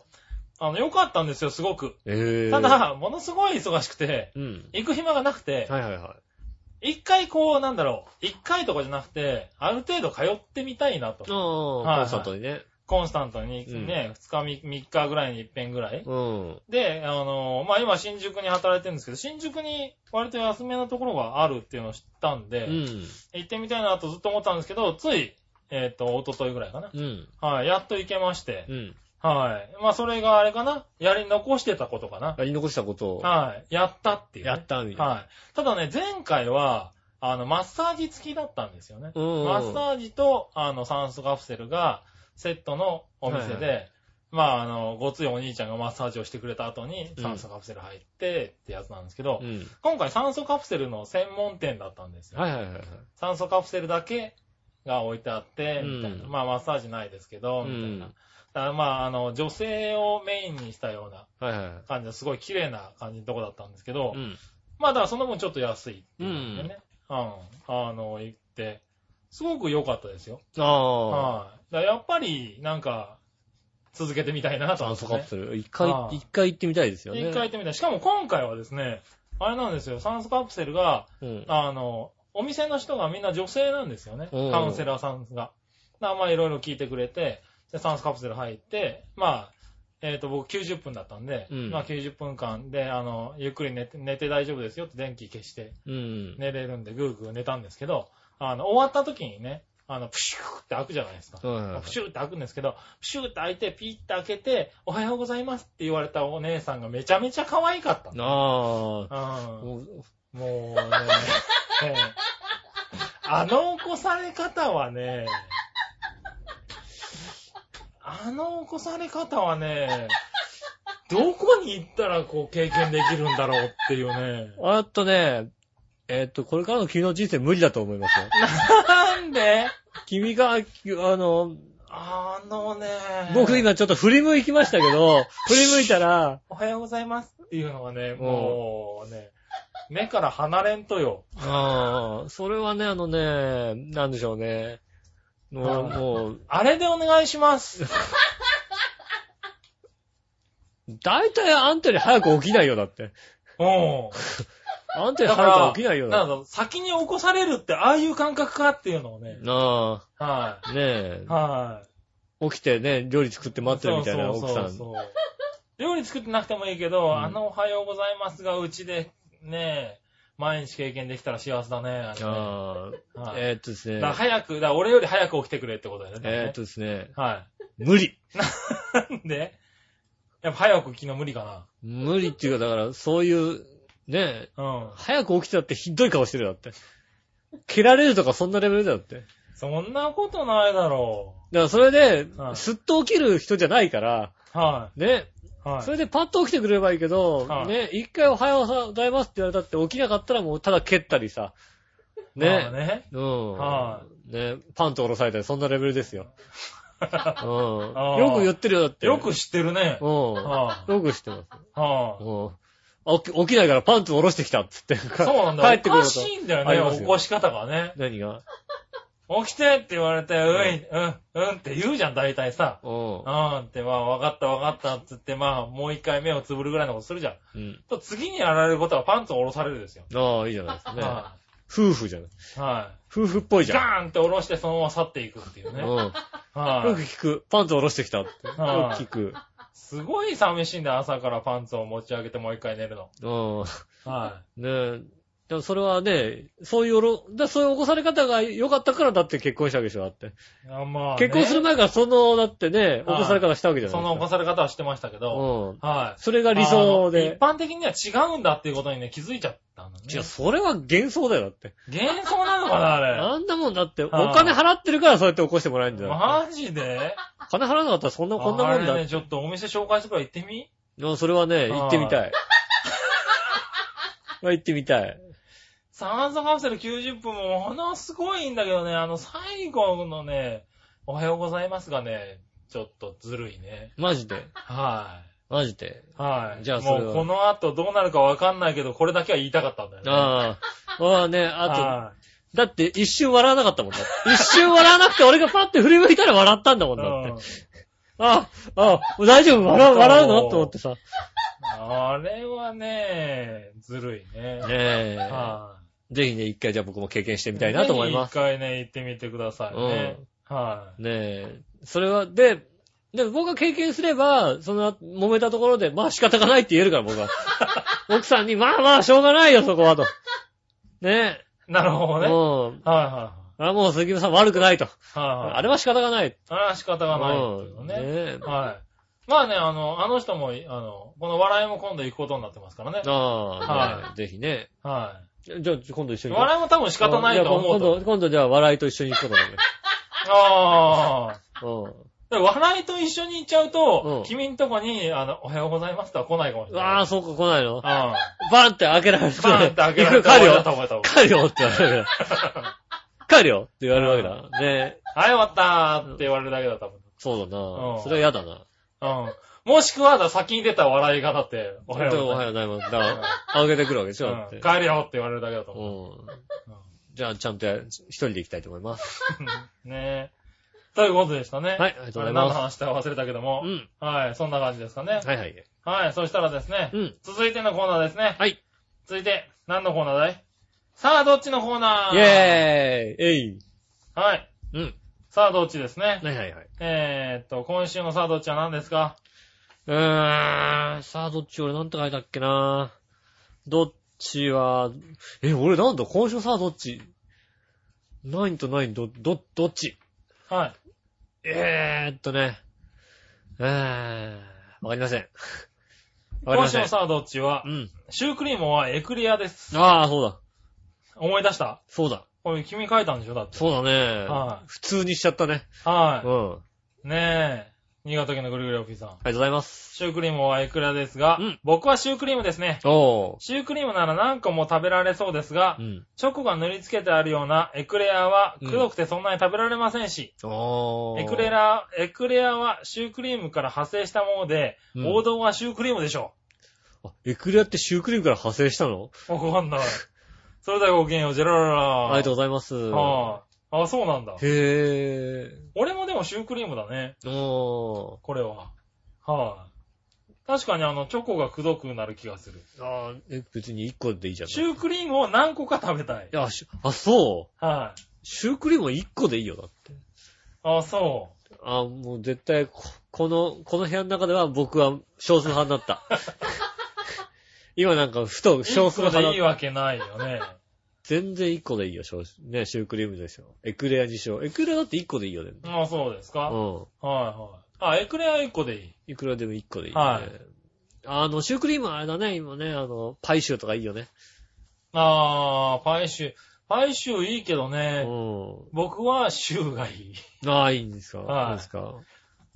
あの、良かったんですよ、すごく。
ええ。
た、だ、ものすごい忙しくて、
うん。
行く暇がなくて、
はいはいはい。
一回こう、なんだろう、一回とかじゃなくて、ある程度通ってみたいなと。
ああ、コ
はいはい
ンサートにね。
コンスタントにね、二、日、三日ぐらいに一遍ぐらい。
うん。
で、あのまあ、今新宿に働いてるんですけど、新宿に割と安めなところがあるっていうのを知ったんで、
うん。
行ってみたいなとずっと思ったんですけど、つい、えっ、と、おとといぐらいかな。
うん。
はい、やっと行けまして、
うん。
はい。まあ、それがあれかな、やり残してたことかな。
やり残したことを、
はい、やったっていうね、
やったみたいな。
はい。ただね、前回は、あの、マッサージ付きだったんですよね。
うん
マッサージと、あの、酸素カプセルが、セットのお店
はいは
で、まあ、あの、ごついお兄ちゃんがマッサージをしてくれた後に、
うん
酸素カプセル入って、ってやつなんですけど、
うん。
今回酸素カプセルの専門店だったんですよ。
はいはいはいはい。
酸素カプセルだけが置いてあって、
うん
みたいな。まあ、マッサージないですけど、みたい
う
な。
ん
だからまあ、あの、女性をメインにしたような
はいはいはい。
感じの、すごい綺麗な感じのとこだったんですけど、
うん。
まあだからその分ちょっと安いっていうのでね。うん。あの、行って、すごく良かったですよ。
ああ。
はい。だからやっぱり、なんか、続けてみたいなと思
酸
って、
素
ね。
カプセル。一回
あ、あ
一回行ってみたいですよね。
一回行ってみたい。しかも今回はですね、あれなんですよ、酸素カプセルが、
うん。
あの、お店の人がみんな女性なんですよね。
うん
カウンセラーさんが。だからまあいろいろ聞いてくれて、で酸素カプセル入って、まあ、えっ、と、僕90分だったんで、
うん
まあ90分間で、あの、ゆっくり寝て、寝て大丈夫ですよって電気消して、
うん。
寝れるんで、ぐーぐー寝たんですけど、あの、終わった時にね、あの、プシューって開くじゃないですか。
はいはいはい
プシューって開くんですけど、プシューって開いて、ピーって開けて、おはようございますって言われたお姉さんがめちゃめちゃ可愛かったの。
ああ。
うん
もう
もうね、 *laughs* ええあの起こされ方はね、あの起こされ方はね、どこに行ったらこう経験できるんだろうっていうね。
あっとね、えっと、これからの君の人生無理だと思い
*laughs*
ますよ。
なんで
君が、あの、
あのね。
僕。今ちょっと振り向きましたけど、振り向いたら、
おはようございますっていうのはね、もうね、目から離れんとよ。
ああ、それはね、あのね、なんでしょうね。もう、
あー
もう、 *laughs*
あれでお願いします。
大体あんたより早く起きないよ、だって。
うん。
あんたより
だか
早
ら、
く起きないよ、だ
な
っ
んだろう先に起こされるって、ああいう感覚かっていうのをね
て。。な
は
あ、ね
い。はい。
え、起きてね、料理作って待ってるみたいな
そうそ
奥
うそ
さ。
うんそう料理作ってなくてもいいけど、
うん
あのおはようございますが、うちで、ね、毎日経験できたら幸せだね。あれね
ああ、
はい
えーっとです
だから
ね、
早く、だから俺より早く起きてくれってことだよね。
えーっとですね、
は
無理。
い。 *laughs* なんでやっぱ早く起きるの無理か
無理っていうか、だから、そういう、ねえ、
な。うん。
早く起きちゃってひどい顔してるよだって。蹴られるとかそんなレベルだよだって。だか
そんなことないだろ
らそれで
は、い
すっと起きる人じゃないから、
う。は
ね、
い。はい。
それでパッと起きてくれればいいけど、
はい
ね、一回おはようございますって言われたって起きなかったらもうただ蹴ったりさ、
ま
ね
あ、ね。
うん、
は
ね、パンと下ろされたりそんなレベル
*laughs*
ですよ。うん、
あー
よく言ってるよだって。
よく知ってるね。
うん、
は
よく知ってます。
い。は
う
い。
んあ起き起きないからパンツ下ろしてきたっつって。そ
そうなんだよ。
帰って
お
くる
か
と。
しいんだ
ありま
よ
すよ
ね、起こし方がね。
何が
起きてって言われて、うん、うん、うんって言うじゃん、大体さ。
うん
う。んって、まあ、わかったわかったっつって、まあ、もう一回目をつぶるぐらいのことするじゃん。
うん。
と次にやられることはパンツを下ろされるですよ。
ああ、いいじゃないですかね。
は
夫婦じゃない。
い。は
夫婦っぽい
い。
じゃん。
ガーンって下ろして、そのまま去っていくっていう
うん。
ね。
よく
はい。
聞く。パンツ下ろしてきたって。よく
はい
聞く。
すごい寂しいんだよ、朝からパンツを持ち上げてもう一回寝るの。
うん。
は
ねえ。でもそれはね、そういうおろ、だそういう起こされ方が良かったからだって結婚したわけでしょ、だって。
い。あまあ、
結婚する前からその、だってね、起こされ方したわけじゃない
そ
です
の
か。
起こされ方はしてましたけ
う
ど。
ん。
はい。
それが理想
一
で。
般的には違うんだっていうことにね、気づいちゃったんだね。
いや、それは幻想だよ、だって。
幻想なのかな、あれ。
あんなもんだって、お
はい
金払ってるからそうやって起こしてもらえるんだよ。
マジで
金払わなかったらそんな、こんなもんだ
あれね、ちょっとお店紹介するから行ってみ
うんそれはね、行ってみたい。 *laughs* 行ってみたい。
サンズカプセル90分もものすごいんだけどね、あの最後のね、おはようございますがね、ちょっとずるいね。
マジで。
は
マジで。
い。はい。
じゃあそ
も
れは
うこの後どうなるかわかんないけど、これだけは言いたかったんだよね。
ああ。ああね、あ
は
と、だって一瞬笑わなかったもんだって。一瞬笑わなくて俺がパッて振り向いたら笑ったんだもんだ
い。う
っ
ん
て。ああ、ああ、大丈夫笑う、笑うのと思ってさ。ね
あれはね、ずるいね。
え。
は
ぜひね、一回じゃあ僕も経験して
い。
みたいなと思います。
ぜひ一回ね、行ってみてくださいね。はい。
ねえ。それは、で、で、僕が経験すれば、その、揉めたところで、まあ仕方がないって言えるから、 *laughs* 僕は。奥さんに、まあまあ、しょうがないよ、そこは、と。ね
なるほ
え。
どね。はい
うん。
は
あ、もう杉村さん悪くないと。
いはい。はいはい
あれは仕方がない。
あれは仕方がないっていう
う
の
ん。
ね。
ねえ。
はい。まあね、あの、あの人も、あの、この笑いも今度行くことになってますからね。
ああ、
は
ねぜひね。
は
じゃあ、じゃあ今度一緒
い。
に。
笑いも多分仕方ないと思う
じゃあ
と。
今度、今度じゃあ、笑いと一緒に行くことだね。
ああ。
う
だから笑いと一緒に行っちゃうと、
うん
君んとこに、あの、おはようございますとは来ないかもし *laughs*
ん。
れない。
ああ、そうか、来ないの
ああ。
バンって開けられる。
バーンって開けられ
行く帰るよ
た。覚
*laughs*
えた覚え
帰るよって言われ
*laughs*
るわけだ。帰るよって言われるわけだ。ね
たはい、終わったーって言われるだけだ、多分。
そうだな
う
んそれは嫌だな。
うん。もしくは、だ先に出た笑いがだって、お
お
は
は
よ
よ
う
う
ご
ご
ざい
ざいます。だから
ま、
あげてくるわけでし
す。
ょ
う
だって
ん。。帰るよって言われるだけだと思う。
うん。じゃあ、ちゃんとや一人で行きたいと思います。
ねえ。ということでしたね。
はい、ありがとうござい
あれ何の
ま
話したか忘れたけども
す。う。ん。
はい、そんな感じですかね。
はいはい。
はい、そしたらですね、
うん。
続いてのコーナーですね。
はい。
続いて、何のコーナーだいさあ、どっちのコーナー
イェーイえい
はい。
うん。
さあ、どっちですね。
はいはいはい。
えーっと、今週のさあ、どっちは何ですか
うーん。さあ、どっち俺なんて書いたっけなどっちは、え、俺なんだ今週さあ、どっちナインとナイン、ど、ど、どっち
はい。
えーっとね。えー、わかりま
*laughs*
せん。わかり
今
ま
週
せん
の。さあ、どっちは
う、ん。
シュークリームはエクレアです。
ああ、そうだ。
思い出した
そうだ。
これ君書いたんでしょだって。
そうだね。
はい
普通にしちゃったね。うん。
は
あ
い。ねえ。新潟県のぐるぐるおぴーさん。
りがとうございます。
シュークリームはエクレアですが
うん、
僕はシュークリームですね。
おー。
シュークリームなら何個も食べられそうですが
う、ん。
チョコが塗りつけてあるようなエクレアは、くどくてそんなに食べられませんし、
おー。
エクレラ、エクレアはシュークリームから派生したもので、
うん
王道はシュークリームでしょ
あエクレアってシュークリームから派生したの
う。わかんない。それではごきげんよう、ジェララ
あ
ラ。
りがとう
う
ございます。
はい、あ。そうなんだ。
へ
俺もでもシュークリームだね、
ー。お
これは。はい、確かにあの、チョコがくどくなる気がする。
ああ、え別に1個でいいじゃん。
シュークリームを何個か食べたい。
いや、しあ、そう。
はい。
シュークリームは1個でいいよ、だって。
あ、そ
あもう絶対こ、この、この部屋の中では僕は少数派になった。
*laughs*
今なんか、ふと
う。
少数
一個
派
でいい
だ。
わけないよね。
全然1個でいいよ、少数。ね、シュークリームでしょ。エクレアにしよう。エクレアだって1個でいいよね。
あ、そうですか。
*laughs* う
はい
ん。
はい。あ、エクレア1個でいい。
いくらでも1個でいいよね。
はい
あの、シュークリームはあれだね、今ね、あの、パイシューとかいいよね。
あー、パイシュー。パイシューいいけど
う
ね、
ん。
僕はシューがいい。 *laughs*
ああ、いいんですか。
はい
いいですか。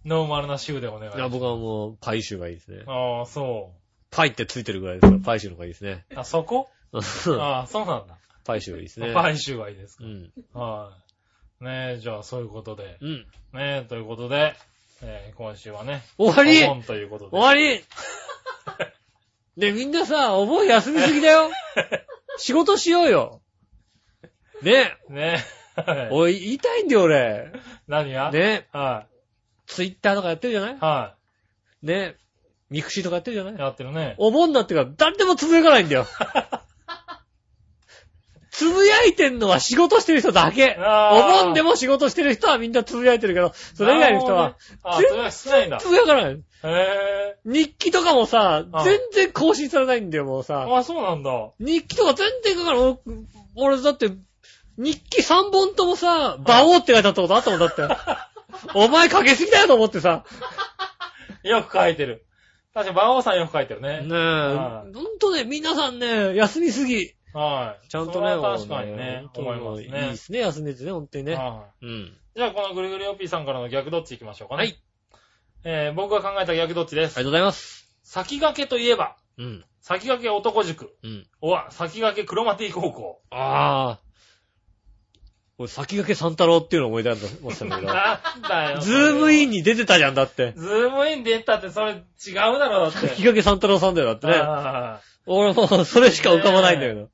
ノーマルなシューでお願いし
いや、
ます。
僕はもう、パイシューがいいですね。
あー、そ
パイってついてるぐらいですから、パイシューの方がいいですね。
う。あ、そこあー、そうなんだ。
*laughs* パイシューがいいですね。
パイシューがいいですか。
うん。
はい。ねえ、じゃあそういうことで。
うん。
ねえ、ということで、えー今週はね、
終わり
お盆ということで。
終わりね、みんなさ、お盆休みすぎだよ仕事しようよね、
ねえ、 *laughs* はい
おい、言いたいんだよ、俺。
何が
ね、
は
ツイッターとかやってるじゃない
い。は
ね、ミクシーとかやってるじゃ
い。
ない
やってるね。
お盆になってから誰でもつぶやかないんだよ。つぶやいてんのは仕事してる人だけ。
あー
お盆でも仕事してる人はみんなつぶやいてるけど、それ以外の人は
なるほどね。あ、それは少
*laughs*
ないんだ。
つぶやかない。
へえ。
日記とかもさ
あ、
全然更新されないんだよ、もうさ。
あ、そうなんだ。
日記とか全然書かない。俺、俺だって、日記3本ともさ、馬王って書いてあったことあったもんだって。 *laughs* お前書けすぎだよと思ってさ。
よく書いてる。確かに、馬王さんよく書いてる
ねえ。
ね。
ほんとね、皆さんね、休みすぎ。
はい。
ちゃんと
そ
ね
れ、は確かにね、
もう
思います
もういい
ね
で。すね、休みってね、ほんとにね。
はい
うん。
じゃあ、このぐるぐるよっぴーさんからの逆どっち行きましょうかね。
はい。
えー、僕が考えた逆どっちで
あり
す。
がとうございます。
先駆けといえば、
うん。
先駆け男塾。
うん。
おわ、先駆けクロマティ高校。
ああ。俺、先駆け三太郎っていうの思い出したんだけ
*laughs*
ど。
なんだよ。
ズームイ
ン。
ンに出てたじゃん、だって。
ズームインで言ったってそれ違うだ
*laughs*
ろ、だって。
先駆け三太郎さんだよ、だってね。
あー
俺もう、それしか浮かばないんだけど。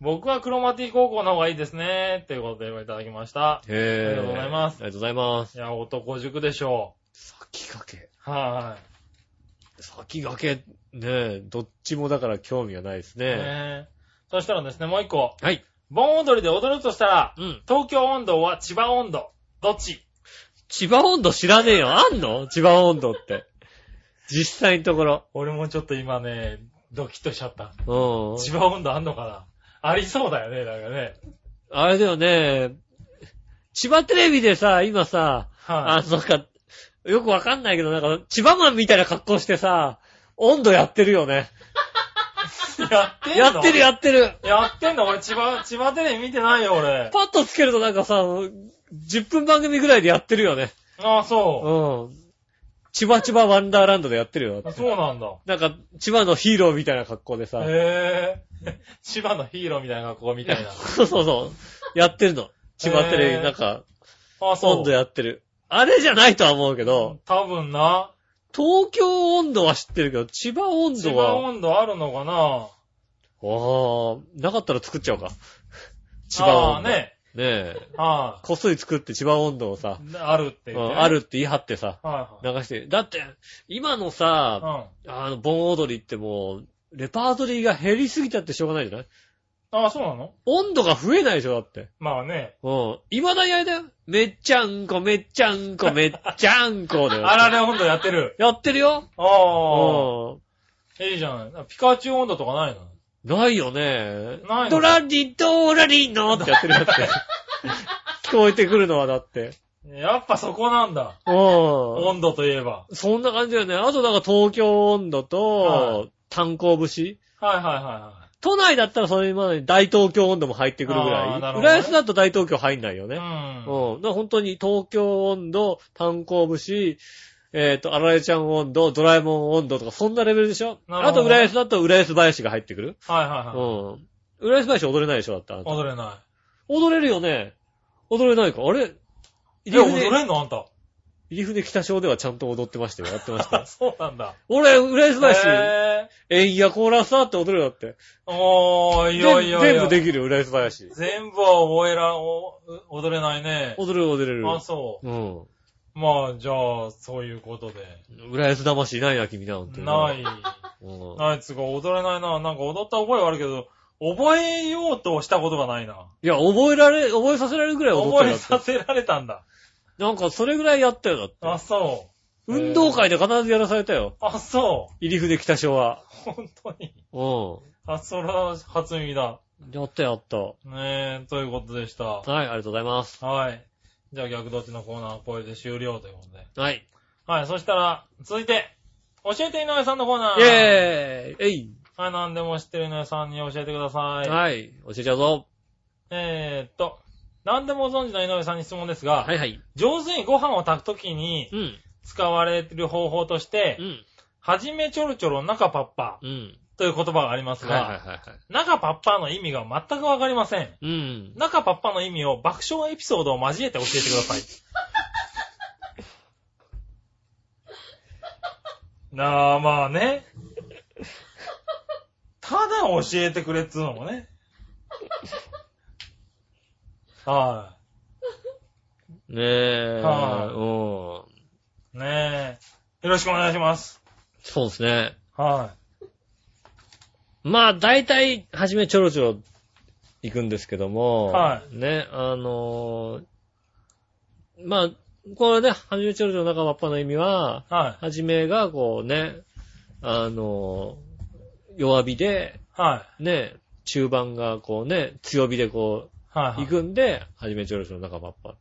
僕はクロマティ高校の方がいいですね、ということでいただきました。
へ
ありがとうございます
ありがとうございます。
いや、男塾でしょ
先駆け。
う。は
先駆け、ねえ、どっちもだから興味がないです
い。
ね。
ねえそしたらですね、もう一個。
はい。
盆踊りで踊るとしたら、
うん。
東京温度は千葉温度。どっち
千葉温度知らねえよ。あんの千葉温度って。実際のところ。
俺もちょっと今ね、ドキッとしちゃった。
うん。
千葉温度あんのかなありそうだよね、なんかね。
あれだよね。千葉テレビでさ、今さ、
はい、
あの、なんか、よくわかんないけど、なんか、千葉マンみたいな格好してさ、温度やってるよね。
やってんの
やってるやってる。
やってんの俺、千葉、千葉テレビ見てないよ、俺。
パッとつけるとなんかさ、10分番組ぐらいでやってるよね。
ああ、そ
うん。千葉千葉ワンダーランドでやってるよ。
う。あそうなんだ。
なんか、千葉のヒーローみたいな格好でさ。
へえ。 *laughs* 千葉のヒーローみたいな、ここみたいな。
*laughs* そうそうそう。やってるの。千葉テレ
へー
ビ、なんか、
あ、そ
温度
う。
やってる。あれじゃないとは思うけど、
多分な。
東京温度は知ってるけど、千葉温
千
度
葉
は、
温度あるのかな
ああ、なかったら作っちゃおう
*laughs*
か。千
あ
葉
あ
温
ー
度。
ね。
ねえ。
あ
こっそり作って千葉温度をさ、
あ。あるって
う
言ってね、
んあるって言い張ってさ、
はい
流
はい。
して。だって、今のさ、あの、盆踊りってもう、レパートリーが減りすぎたってしょうがないじゃない
うん。ああ、そうなの
温度が増えないでしょ、だって。
まあね。
うん。未だにあれだよ。めっちゃんこ、めっちゃんこ、めっちゃんこだよ。
*laughs* あられ温度やってる。
*laughs* やってるよ。
あ
う
あ。いいじゃない。ピカチュウ温度とかないの
ん。ないよね。
ないの
ドラリドラリのってやってるよだ
*laughs*
って。聞こえてくるのはだって。
やっぱそこなんだ。
う
温度といえば。
ん。そんな感じだよね。あとなんか東京温度
は
と、炭鉱節。
はいはいはいは
都内だったらそれまでに大東京温度も入ってくるぐ
あ
ら
ー
い。
なるほどね
浦安だと大東京入んないよね。
い。うん。
うん。だから本当に東京温度、炭鉱節、えっ、と、アラレちゃん温度、ドラえもん温度とか、そんなレベルでしょ
なるほ
あ
ど
と、浦安だと浦安林が入ってくる。
はいはいはい。
うん。浦安林踊れないでしょだってあなた。
踊れな
踊れるよね。踊れないか。あれ
い。
入
いや、踊
船、
れんのあんた。
*laughs* 入船北小ではちゃんと踊ってましたよ。やってま
*laughs*
した。
そうなんだ。
俺、浦安林、
へ
演技やコーラスだって踊るよだって。
ぇー。おー、いやいやいや。
全部できるよ、浦安林。
全部は覚えら、お踊れないね。
踊れる踊れる。
あ、そう。
うん。
まあ、じゃあ、そういうことで。
浦安魂ないな、君な、本当に。
ない。
うん。
ないつうか踊れないな。なんか踊った覚えはあるけど、覚えようとしたことがないな。
いや、覚えられ、覚えさせられるぐらい踊った
覚
よ
え
だ
さ
って。
せられたんだ。
なんか、それぐらいやったよ、だって。
あ、そ
運動会で必ずやらされたよ。
う。あ、そ
入船北署は
う。。本当に。
う
あ、それは初耳だ。
ん。やったやった。はい、
ねえ、ということでした。
ありがとうございます。
はい。じゃあ逆どっちのコーナー、これで終了ということで。
はい。
はい、そしたら、続いて、教えて井上さんのコーナー。
イェーイえい
はい、何でも知ってる井上さんに教えてください。
はい。教えちゃうぞ。
えーっと、何でもご存知の井上さんに質問ですが、
はいはい。
上手にご飯を炊くときに
うん。
使われる方法として、
うん。
はじめちょろちょろ中パッパ
うん。
という言葉があります
はい
が、
はいはいはい。
中パッパの意味が全くわかりません。
うん。
中パッパの意味を爆笑エピソードを交えて教えてくださ
*laughs*
い。なあ、まあね。ただ教えてくれっつうの
*laughs*
もね。は
ねえ。
はい
うん。
い。ねえ。よろしくお願いします。
そうですね。
は
まあ、大体、はじめちょろちょろ行くんですけども、
は
ね、あのーまあ、これね、はじめちょろちょろ中ばっぱの意味は、
い。は
はじめがこうね、あのー弱火で、
い。はい。
ね、中盤がこうね、強火でこ
はい、
う、行。くんで、はじめちょろちょろ中ばっぱ、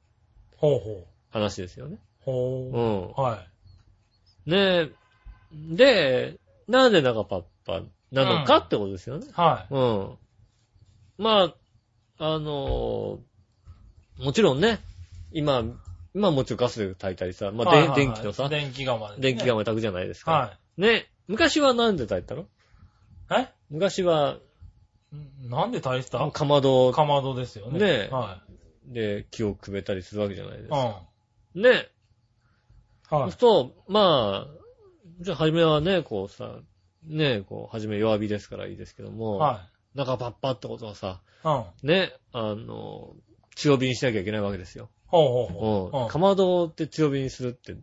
ほうほう。
話ですよね。
ほ
う
う。
ん。
はい。
ねで、なんで中パッパなのかってことですよね。
はい。
うん。まあ、あのーもちろんね、今、今もちろんガスで炊いたりさ、まあ、で
はい
電気のさ、
電気釜で、
電気。釜で炊くじゃないですか。
は
ね、昔はなんで炊いたの
い。え
昔は、
んなんで大した
かまど
かまどですよね。
ねえ
は
で木をくべたりするわけじゃないです
い。うん。
か。ね、そ
は
う
い
す。ると、まあ、じゃあ、初めはね、こうさ、ね、こう、初め弱火ですからいいですけども、
は
中パッパってことはさ、
い。うん。
ね、あの、強火にしなきゃいけないわけですよ。
ほうほう
う
ほ
ん。
う。
か
うん、
まどって強火にするって、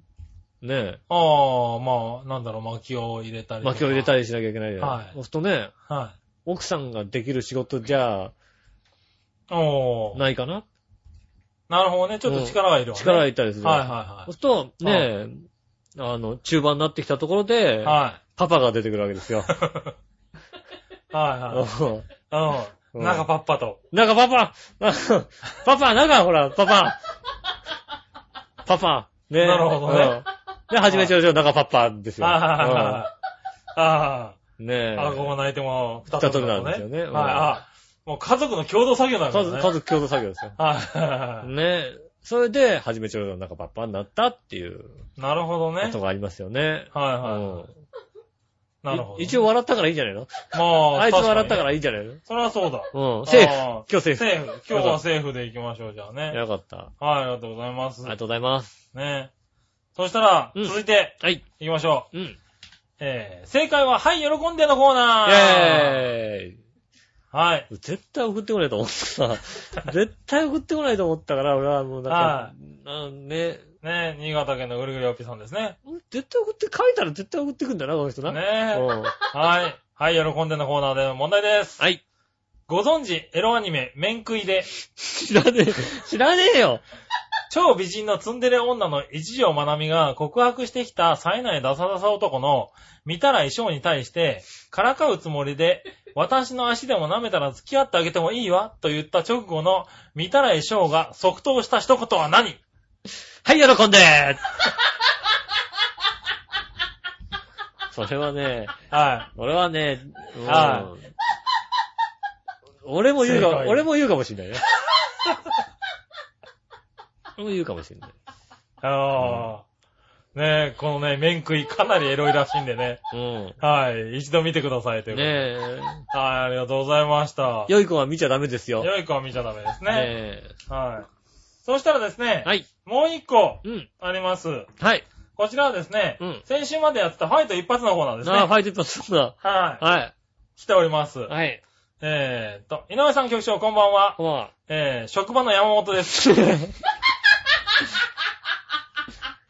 ね
ああ、まあ、なんだろう、薪を入れた
え、
り。
薪を入れた
り。
りしなきゃいけないじゃない
はい
そうするとね、
は
奥さんができる仕事じゃ
い。おお。
ないかな
なるほどね。ちょっと力がいるわね。
力入
い
ったりする。
はいは
そうすると、ねえ、あの、中盤になってきたところ
い
で、
は
パパが出てくるわけですよ。
い。は
うん
いはいう
うん
ん。なんかパッパと。
*laughs* なんかパパあパパ、なんかほら、パパパパねえ
なるほどね
うんで、はじめちょうちょ、なんかパパですよ。
はいはいはいはい。あ
うんねえ
あ、。あごが泣いても二
二つなんですよね
はい
うん
あもう家族の共同作業なんです
数、
ね。
数共同作業ですよ。
はいはいは
ねえ。それで、はじめちょろちょろなんかバッパになったっていう
い。なるほどね。は
こ
い
とがありますよね。
は
うん
い。なるほど。
い一応、笑ったからいいんじゃないの
まあ、。
あいつ笑ったかららいいんじゃないの
それはそうだ。
うん。セーフ
ああ
今日セーフ
セーフ。今日はセーフで行きましょう、じゃあね。
よかった。
はい、ありがとうございます
あり。がとうございます。
ねえ。そしたら、
うん
続いて、
はい。
行きましょう。
うん。
えー、正解は、はい、喜んでのコー
イ
ナー
ェーイ
はい。
絶対送ってこないと思ったさ。絶対送ってこないと思ったから、俺はもうな
は
んか、なんね、
ねえ、新潟県のぐるぐるおっぴさんですね。
絶対送って、書いたら絶対送ってくんだな、この人な。
ねえ。
うん
はい。はい、喜んでのコーナーでの問題です。
はい。
ご存知、エロアニメ、面食いで、
知らねえ、知らねえよ。
超美人のツンデレ女の一条まなみが告白してきた冴えないダサダサ男の見たら衣装に対してからかうつもりで私の足でも舐めたら付き合ってあげてもいいわと言った直後の見たら衣装が即答した一言は何
はい、喜んでーそれはね、
は
俺はね、うん
は
俺も言う
正
か、
解
俺も言うかもしんないね。俺も言うかもしんない。
い。ああ。ねえ、このね、面食いかなりエロいらしいんでね。
う
はい。一度見てくださいとい
ん。
う
ね
こと
え、
で。はい、ありがとうございました。
良い子は見ちゃダメですよ。ね
良い子は見ちゃダメですね。
え。
はい。そしたらですね、
はい。
もう一個
うん。
あります。
はい。
こちらはですね、
うん
先週までやってたファイト一発のコーナーですね。
なあ、フ
はい。
ァイト一発そうだ。はい。
来ております。
はい。
えーっと、井上さん局長こんばんは。
こんばんは。
えー、職場の山本です。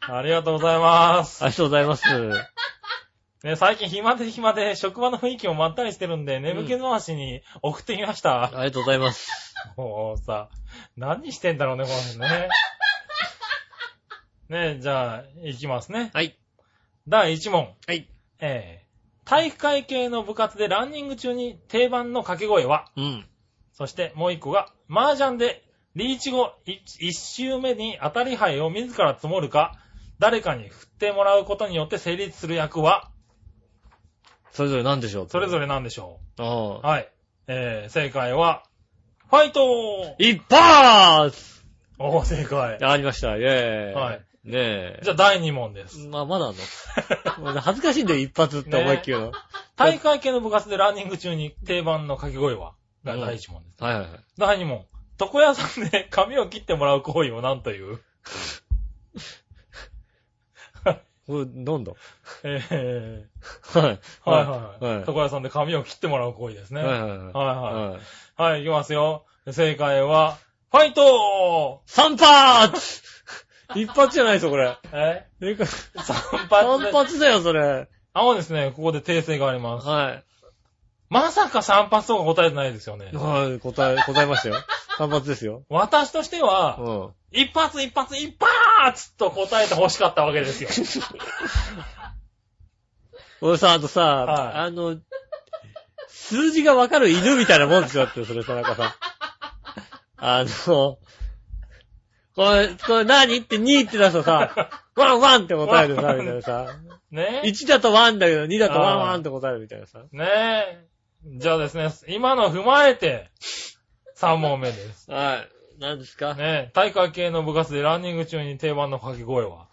ありがとうございます。
ありがとうございます。 *laughs*
ね、最近暇で暇で職場の雰囲気もまったりしてるんで、眠気の足に送ってみました。
ありがとうございます。
もうさ、何してんだろうね、この辺
*laughs*
ね。ねえ、じゃあ、いきますね。
はい。
第1問。
はい。
えー、体育会系の部活でランニング中に定番の掛け声は、
うん。
そしてもう1個が、麻雀でリーチ後 1, 周目に当たり牌を自ら積もるか、誰かに振ってもらうことによって成立する役は、
それぞれ何でしょう
それぞ
れ。
れなんでしょ
あ
う
あ。
はい。えー、正解は、ファイトー
一発
おー、正解。
ありました。イェーイ。
はい。
ねえ。
じゃあ第2問 *laughs* です。
まあ、まだあんの俺恥ずかしいんだよ、一発って思いっきりの。
大会系の部活でランニング中に定番の掛け声はが
うん
第1問です。
はいはいはい。
第2問。床屋さんで *laughs* 髪を切ってもらう行為を何という *laughs*
これ、なんだ
え
はい。
ー、はいはいはい。
は
床屋さんで髪を切ってもらう行為ですね。
い。
はい
はいはい
は
はい。
い。はい、いきますよ。正解は、ファイト
三発一発じゃないですよ、これ。
ーえ
えか
?3
三
発で。
発だよ、それ。
あ、もうですね、ここで訂正があります。
は
まさか3発とか答えてないですよね
い。。はい、答え、答えましたよ。三発ですよ。
私としては、
うん。
一発一発一発と答えて欲しかったわけですよ。 *laughs*
俺さ、あと
は
さ、
い
あの、数字がわかる犬みたいなもんでしょだって、それさ、なんかさ。あの、これ、これ何って2って出すとさ、ワンワンって答えるさ、みたいなさ。
ね
1だとワンだけど、2だとワンワンって答えるみたいなさ。
ねえ。じゃあですね、今の踏まえて、3問目です。
はい。何ですか
ねえ、体育会系の部活でランニング中に定番の掛け声は。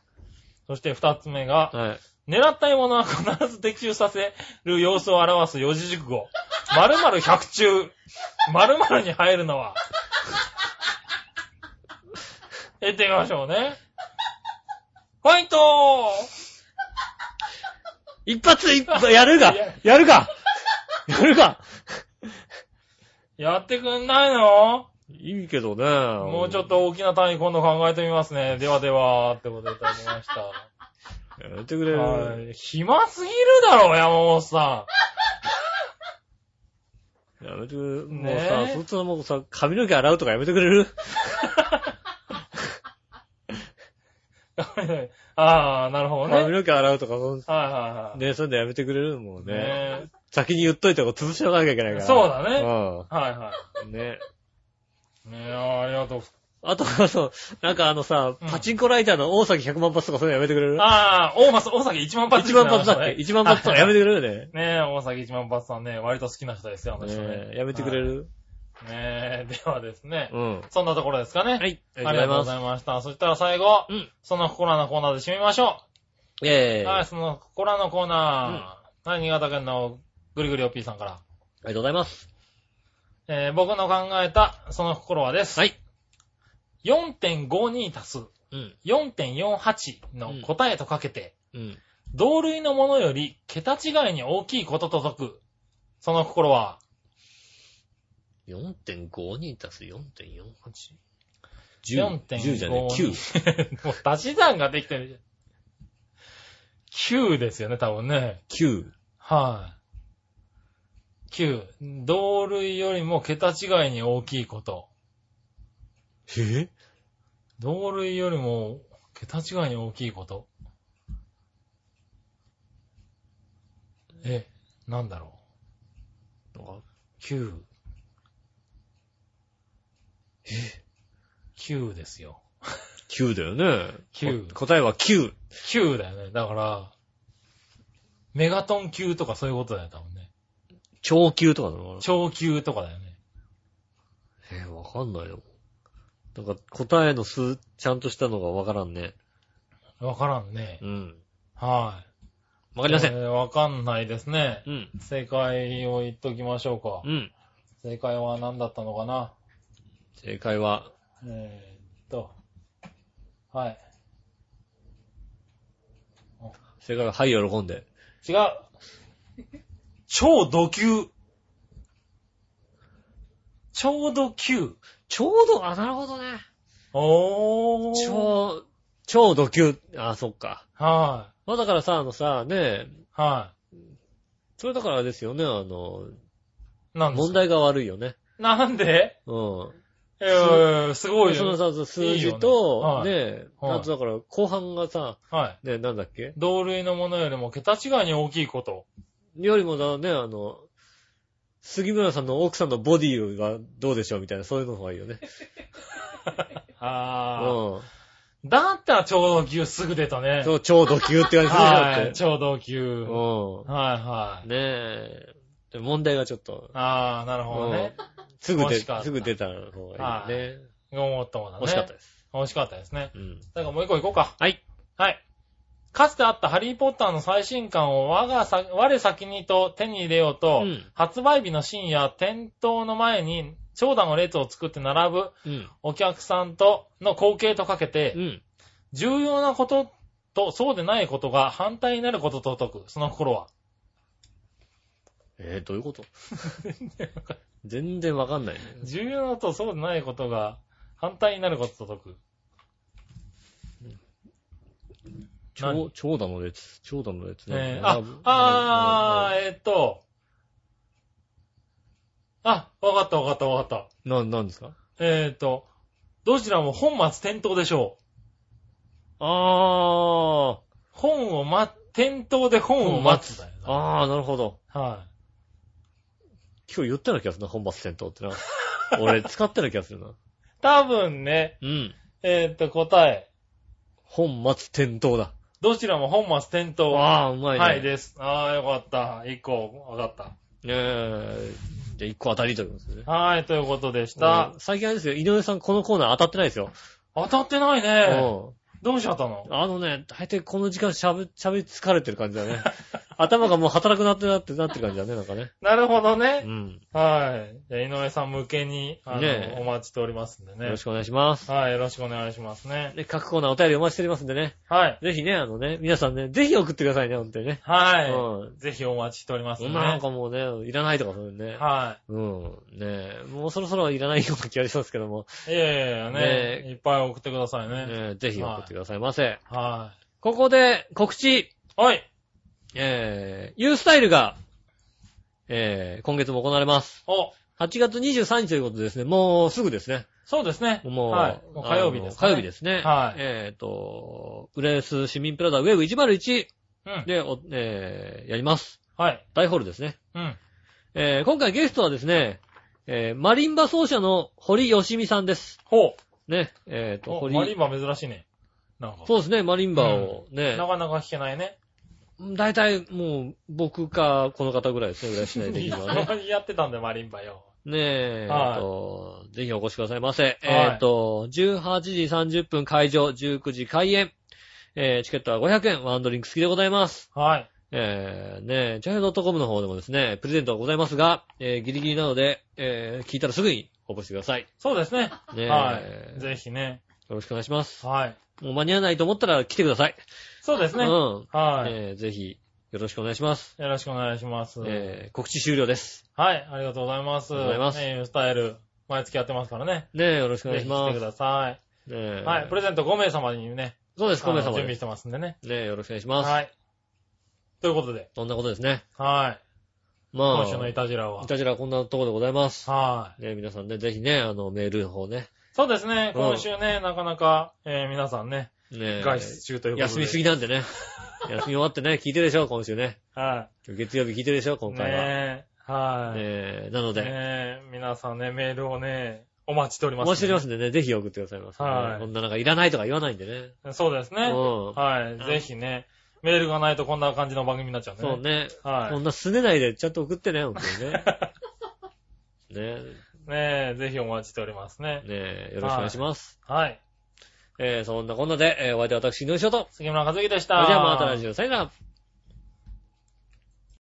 そして2つ目が、
はい。
狙った獲物は必ず的中させる様子を表す四字熟語。〇〇百中。〇〇に入るのは。行ってみましょうね。ファイト
一発一発、やるがやるかやるか
ーやってくんないの
いいけどね。
も
も
うちょっ。と大きな単位今度考えてみますね。ではでは、ってことでいただきました。
やめてくれ
は
よ。
い。暇すぎるだろ、山本さ
やめてくれる。もう
ね
さ、
え
そいつはもうさ、髪の毛洗うとかやめてくれる
ん。 *laughs* ああ、なるほどね。はい
髪の毛洗うとか、そん
はいはい。
ね、そういうのやめてくれるもうね。
ね
先に言っといたこと潰しちゃわなきゃいけないから。
そうだね。
ね。
はいは
うん。ね。
い。ねえ、あーありがとう。
あと、あの、なんかあのさ、
うん
パチンコライターの大崎100万発とかそういうのやめてくれる
ああ、大崎、大崎1万発
一万発だっけ一万発とかやめ
て。
てくれる
ねえ、大崎1万発さんね、割と好きな人ですよ、あ
ね。
の人
ね
ね。
やめてくれる
はいねえ、ではですね。
うん。
そんなところですかね。
はい。ありが
あり
と
が
うご
とうご
ざ
ざ
いま
いました。そしたら最後、
す。うん。
その心のコーナーで締めましょう。
イェーイ。
はい、
あ
その、コラのコーナー。はい、新潟県のぐりぐりおっぴーさんか
り
ら。
がとうございます。
えー、僕の考えた、その心はです。
はい。
4.52足す
うん。
4.48の答えとかけて、
うん。
同類のものより桁違いに大きいことと解く。その心は、
4.52足す 4.48?10。10じゃねえ、9。
4.52。もう足し算ができてる。9ですよね、多分ね。
9。
はい。9。同類よりも桁違いに大きいこと。
え
同類よりも、桁違いに大きいことえ、なんだろ
なんか
う。9。え ?9 ですよ。
9だよね。
9
こ答えは9。
9だよね。だから、メガトン級とかそういうことだよ、多分ね。
超9とかなのかな
超級とかだよね。
えー、わかんないよ。なんか答えの数、ちゃんとしたのがわからんね。
わからんね。
うん。
はい。
わかりませ
え
ん。
ーわかんないですね。
うん。
正解を言っときましょうか
う。ん。
正解は何だったのかな
正解は、
えーっと、はい。
正解は、はい、喜んで。
違う超度級超度級
ちょうど、あ、なるほどね。
おー。
超、超ド級。あ、そっか。
は
まあだからさ、あのさ、ねえ、
い。は
それだからあれですよね、あの、
い。なんです
問
か
題が悪いよね。
なんで
うん。
えー、すごい
その
よ。
さ、数字と、
いいよねは
ね
い
え、
はい
あとだから後半がさ、
はい。
ねえ、なんだっけ
同類のものよりも桁違いに大きいこと。
よりもだね、あの、杉村さんの奥さんのボディはどうでしょうみたいな、そういうの方がいいよね。
ああ。
う
だったら超同級すぐ出たね
ん。。そう、超ド級って感じするじゃ
は
ん
い。超同級。はい
っ
は
て。うん。ね
い。
え。で問題がちょっと、
ああ、なるほどね。
すぐ
惜
出、
しかった
すぐ出た方がいいよね。
思ったもんだね。
惜しかった
で。
ですす。
惜しかったですね。
うん。
だからもう一個行こうか。
はい。
はい。かつてあったハリーポッターの最新刊を我がさ、我先にと手に入れようと、
うん
発売日の深夜、店頭の前に長蛇の列を作って並ぶ
うん。
お客さんとの光景とかけて、
うん。
重要なこととそうでないことが反対になることと解く。その心は。
えー、どういうこと
*laughs*
全然わかんないね。
重要なこととそうでないことが反対になることと解く。
超、長蛇の列。長蛇の列
ね
ね
え。あ、あー、えーっと。あ、わかったわかったわかった。
ー、な、なんですか
えーっと、どちらも本末転倒でしょ
あ
う。本を待、転倒で本を待つだよ
ー、あー、なるほど。
な。は
今日言ったような気がするな、本末転倒ってな。俺、使ったような気がするな。
い。多分ね、
うん。
えーっと、答え。
本末転倒だ。
どちらも本末転倒。
あー、うまいね。
はい、です。ああ、よかった。一個、わかっ
えー、じゃあ1個当たりということですね
た。。はい、ということでした
うん。最近あれですよ、井上さんこのコーナー当たってないですよ。
当たってないね。どうしちゃったの
うんあのね、大体この時間喋、喋り疲れてる感じだね。 *laughs* 頭がもう働くなってなって、なってる感じだね、なんかね。
なるほど
う
ね。
ん。
はい。じゃあ井上さん向けに、あ
ねえ
の、お待ちしておりますんで
よ
ね
ろし。くお願いします。
はい、よろしくお願いしますね。
で、各コーナーお便りお待ちしておりますんでね。
はい。
ぜひね、あのね、皆さんね、ぜひ送ってくださいね、ほんとにね。
は
う
い。ぜひお待ちしておりますね。
ん。なんかもうね、いらないとかそういうのね。
は
うん。ねえ、もうそろそろいらないような気がしますけども、
い。いやいやいやね
ね。
いっぱい送ってくださいね。
えーぜひ送ってくださいませ。
は
ここで告知、
い。はい。
えー、ユースタイルが、えー、今月も行われます。
お、
8月23日ということでですね、もうすぐですね。
そうですね。
もう、
はい。もう火曜日ですね。
あの火曜日ですね。
はい
えっ、と、浦安市民プラザウェブ101
うん。
でお、えー、やります。
はい。
大ホールですね。
うん。
えー、今回ゲストはですね、えー、マリンバ奏者の堀義美さんです。
ほ
ね、えっ、
う。
と、
お
堀。
マリンバ珍しいね。なんか。
そうですね、マリンバをね
な、かなか弾けないね。
大体もう僕かこの方ぐらいですね、浦安市内的に
*laughs*
はね。
やってたんだよ、マリンバよ。
ねえ、
はい
えっと、ぜひお越しくださいませ。えっと、18時30分会場、19時開演。えーチケットは500円、ワンドリンク付きでございます。
はい。
えー、ねえ、チャイドットコムの方でもですね、プレゼントはございますが、えーギリギリなので、えー聞いたらすぐに応募してください。
そうですね。
ねえ、
はい。
よ
ぜひね。
ろしくお願いします。
はい。
もう間に合わないと思ったら来てください。
そうですね。
うん。
はい。
えーぜひ、よろしくお願いします。
よろしくお願いします。はい。
えー告知終了です。
ありがとうございます。
ありがとうございます
ねユースタイル、毎月やってますからね。
ねえ、よろしくお願
ぜ
いし
ひ来
ま
てく
す。
ださ
ねえ
い。はい。プレゼント5名様にね、
そうです、ごめん
あ
さ
の
ま
準
で
備し
ね
てますんでね。
え、よろしくお願いします。
はい。ということで、
そんなことですね。
はい。
まあ、
今週のイタジラは
イ。タジラはこんなところでございます。
はい。
ね、皆さんね、ぜひね、あの、メールの方ね。
そうですね。
うん
今週ね、なかなか、えー皆さんね、
ね
外出中ということで。
休みすぎなんでね。 *laughs* 休み終わってね、聞いてるでしょ、今週ね。
は
今日月曜日聞いてるでしょ、
い。
今回は。ね
ねえ。はい。
えなので、
ねえ、皆さんね、メールをね、お待ちしており
お
ます、
待ちしておりますんでね、ぜひ送ってくださいませね。
はい
こんななんかいらないとか言わないんでね。
ます。そうですね。
うん
はい。
ん
ぜひね、メールがないとこんな感じの番組になっちゃうんでね。
そうね。
はい
こんなすねないでちゃんと送ってね、本当にね。
*laughs*
ね
ねえ、ぜひお待ちしておりますね。
ねよろしくお願いします。
はい。
えー、そんなこんなで、えー、お相手は私、井上翔と。
杉村和之でした。
それではまた来週、さよなら。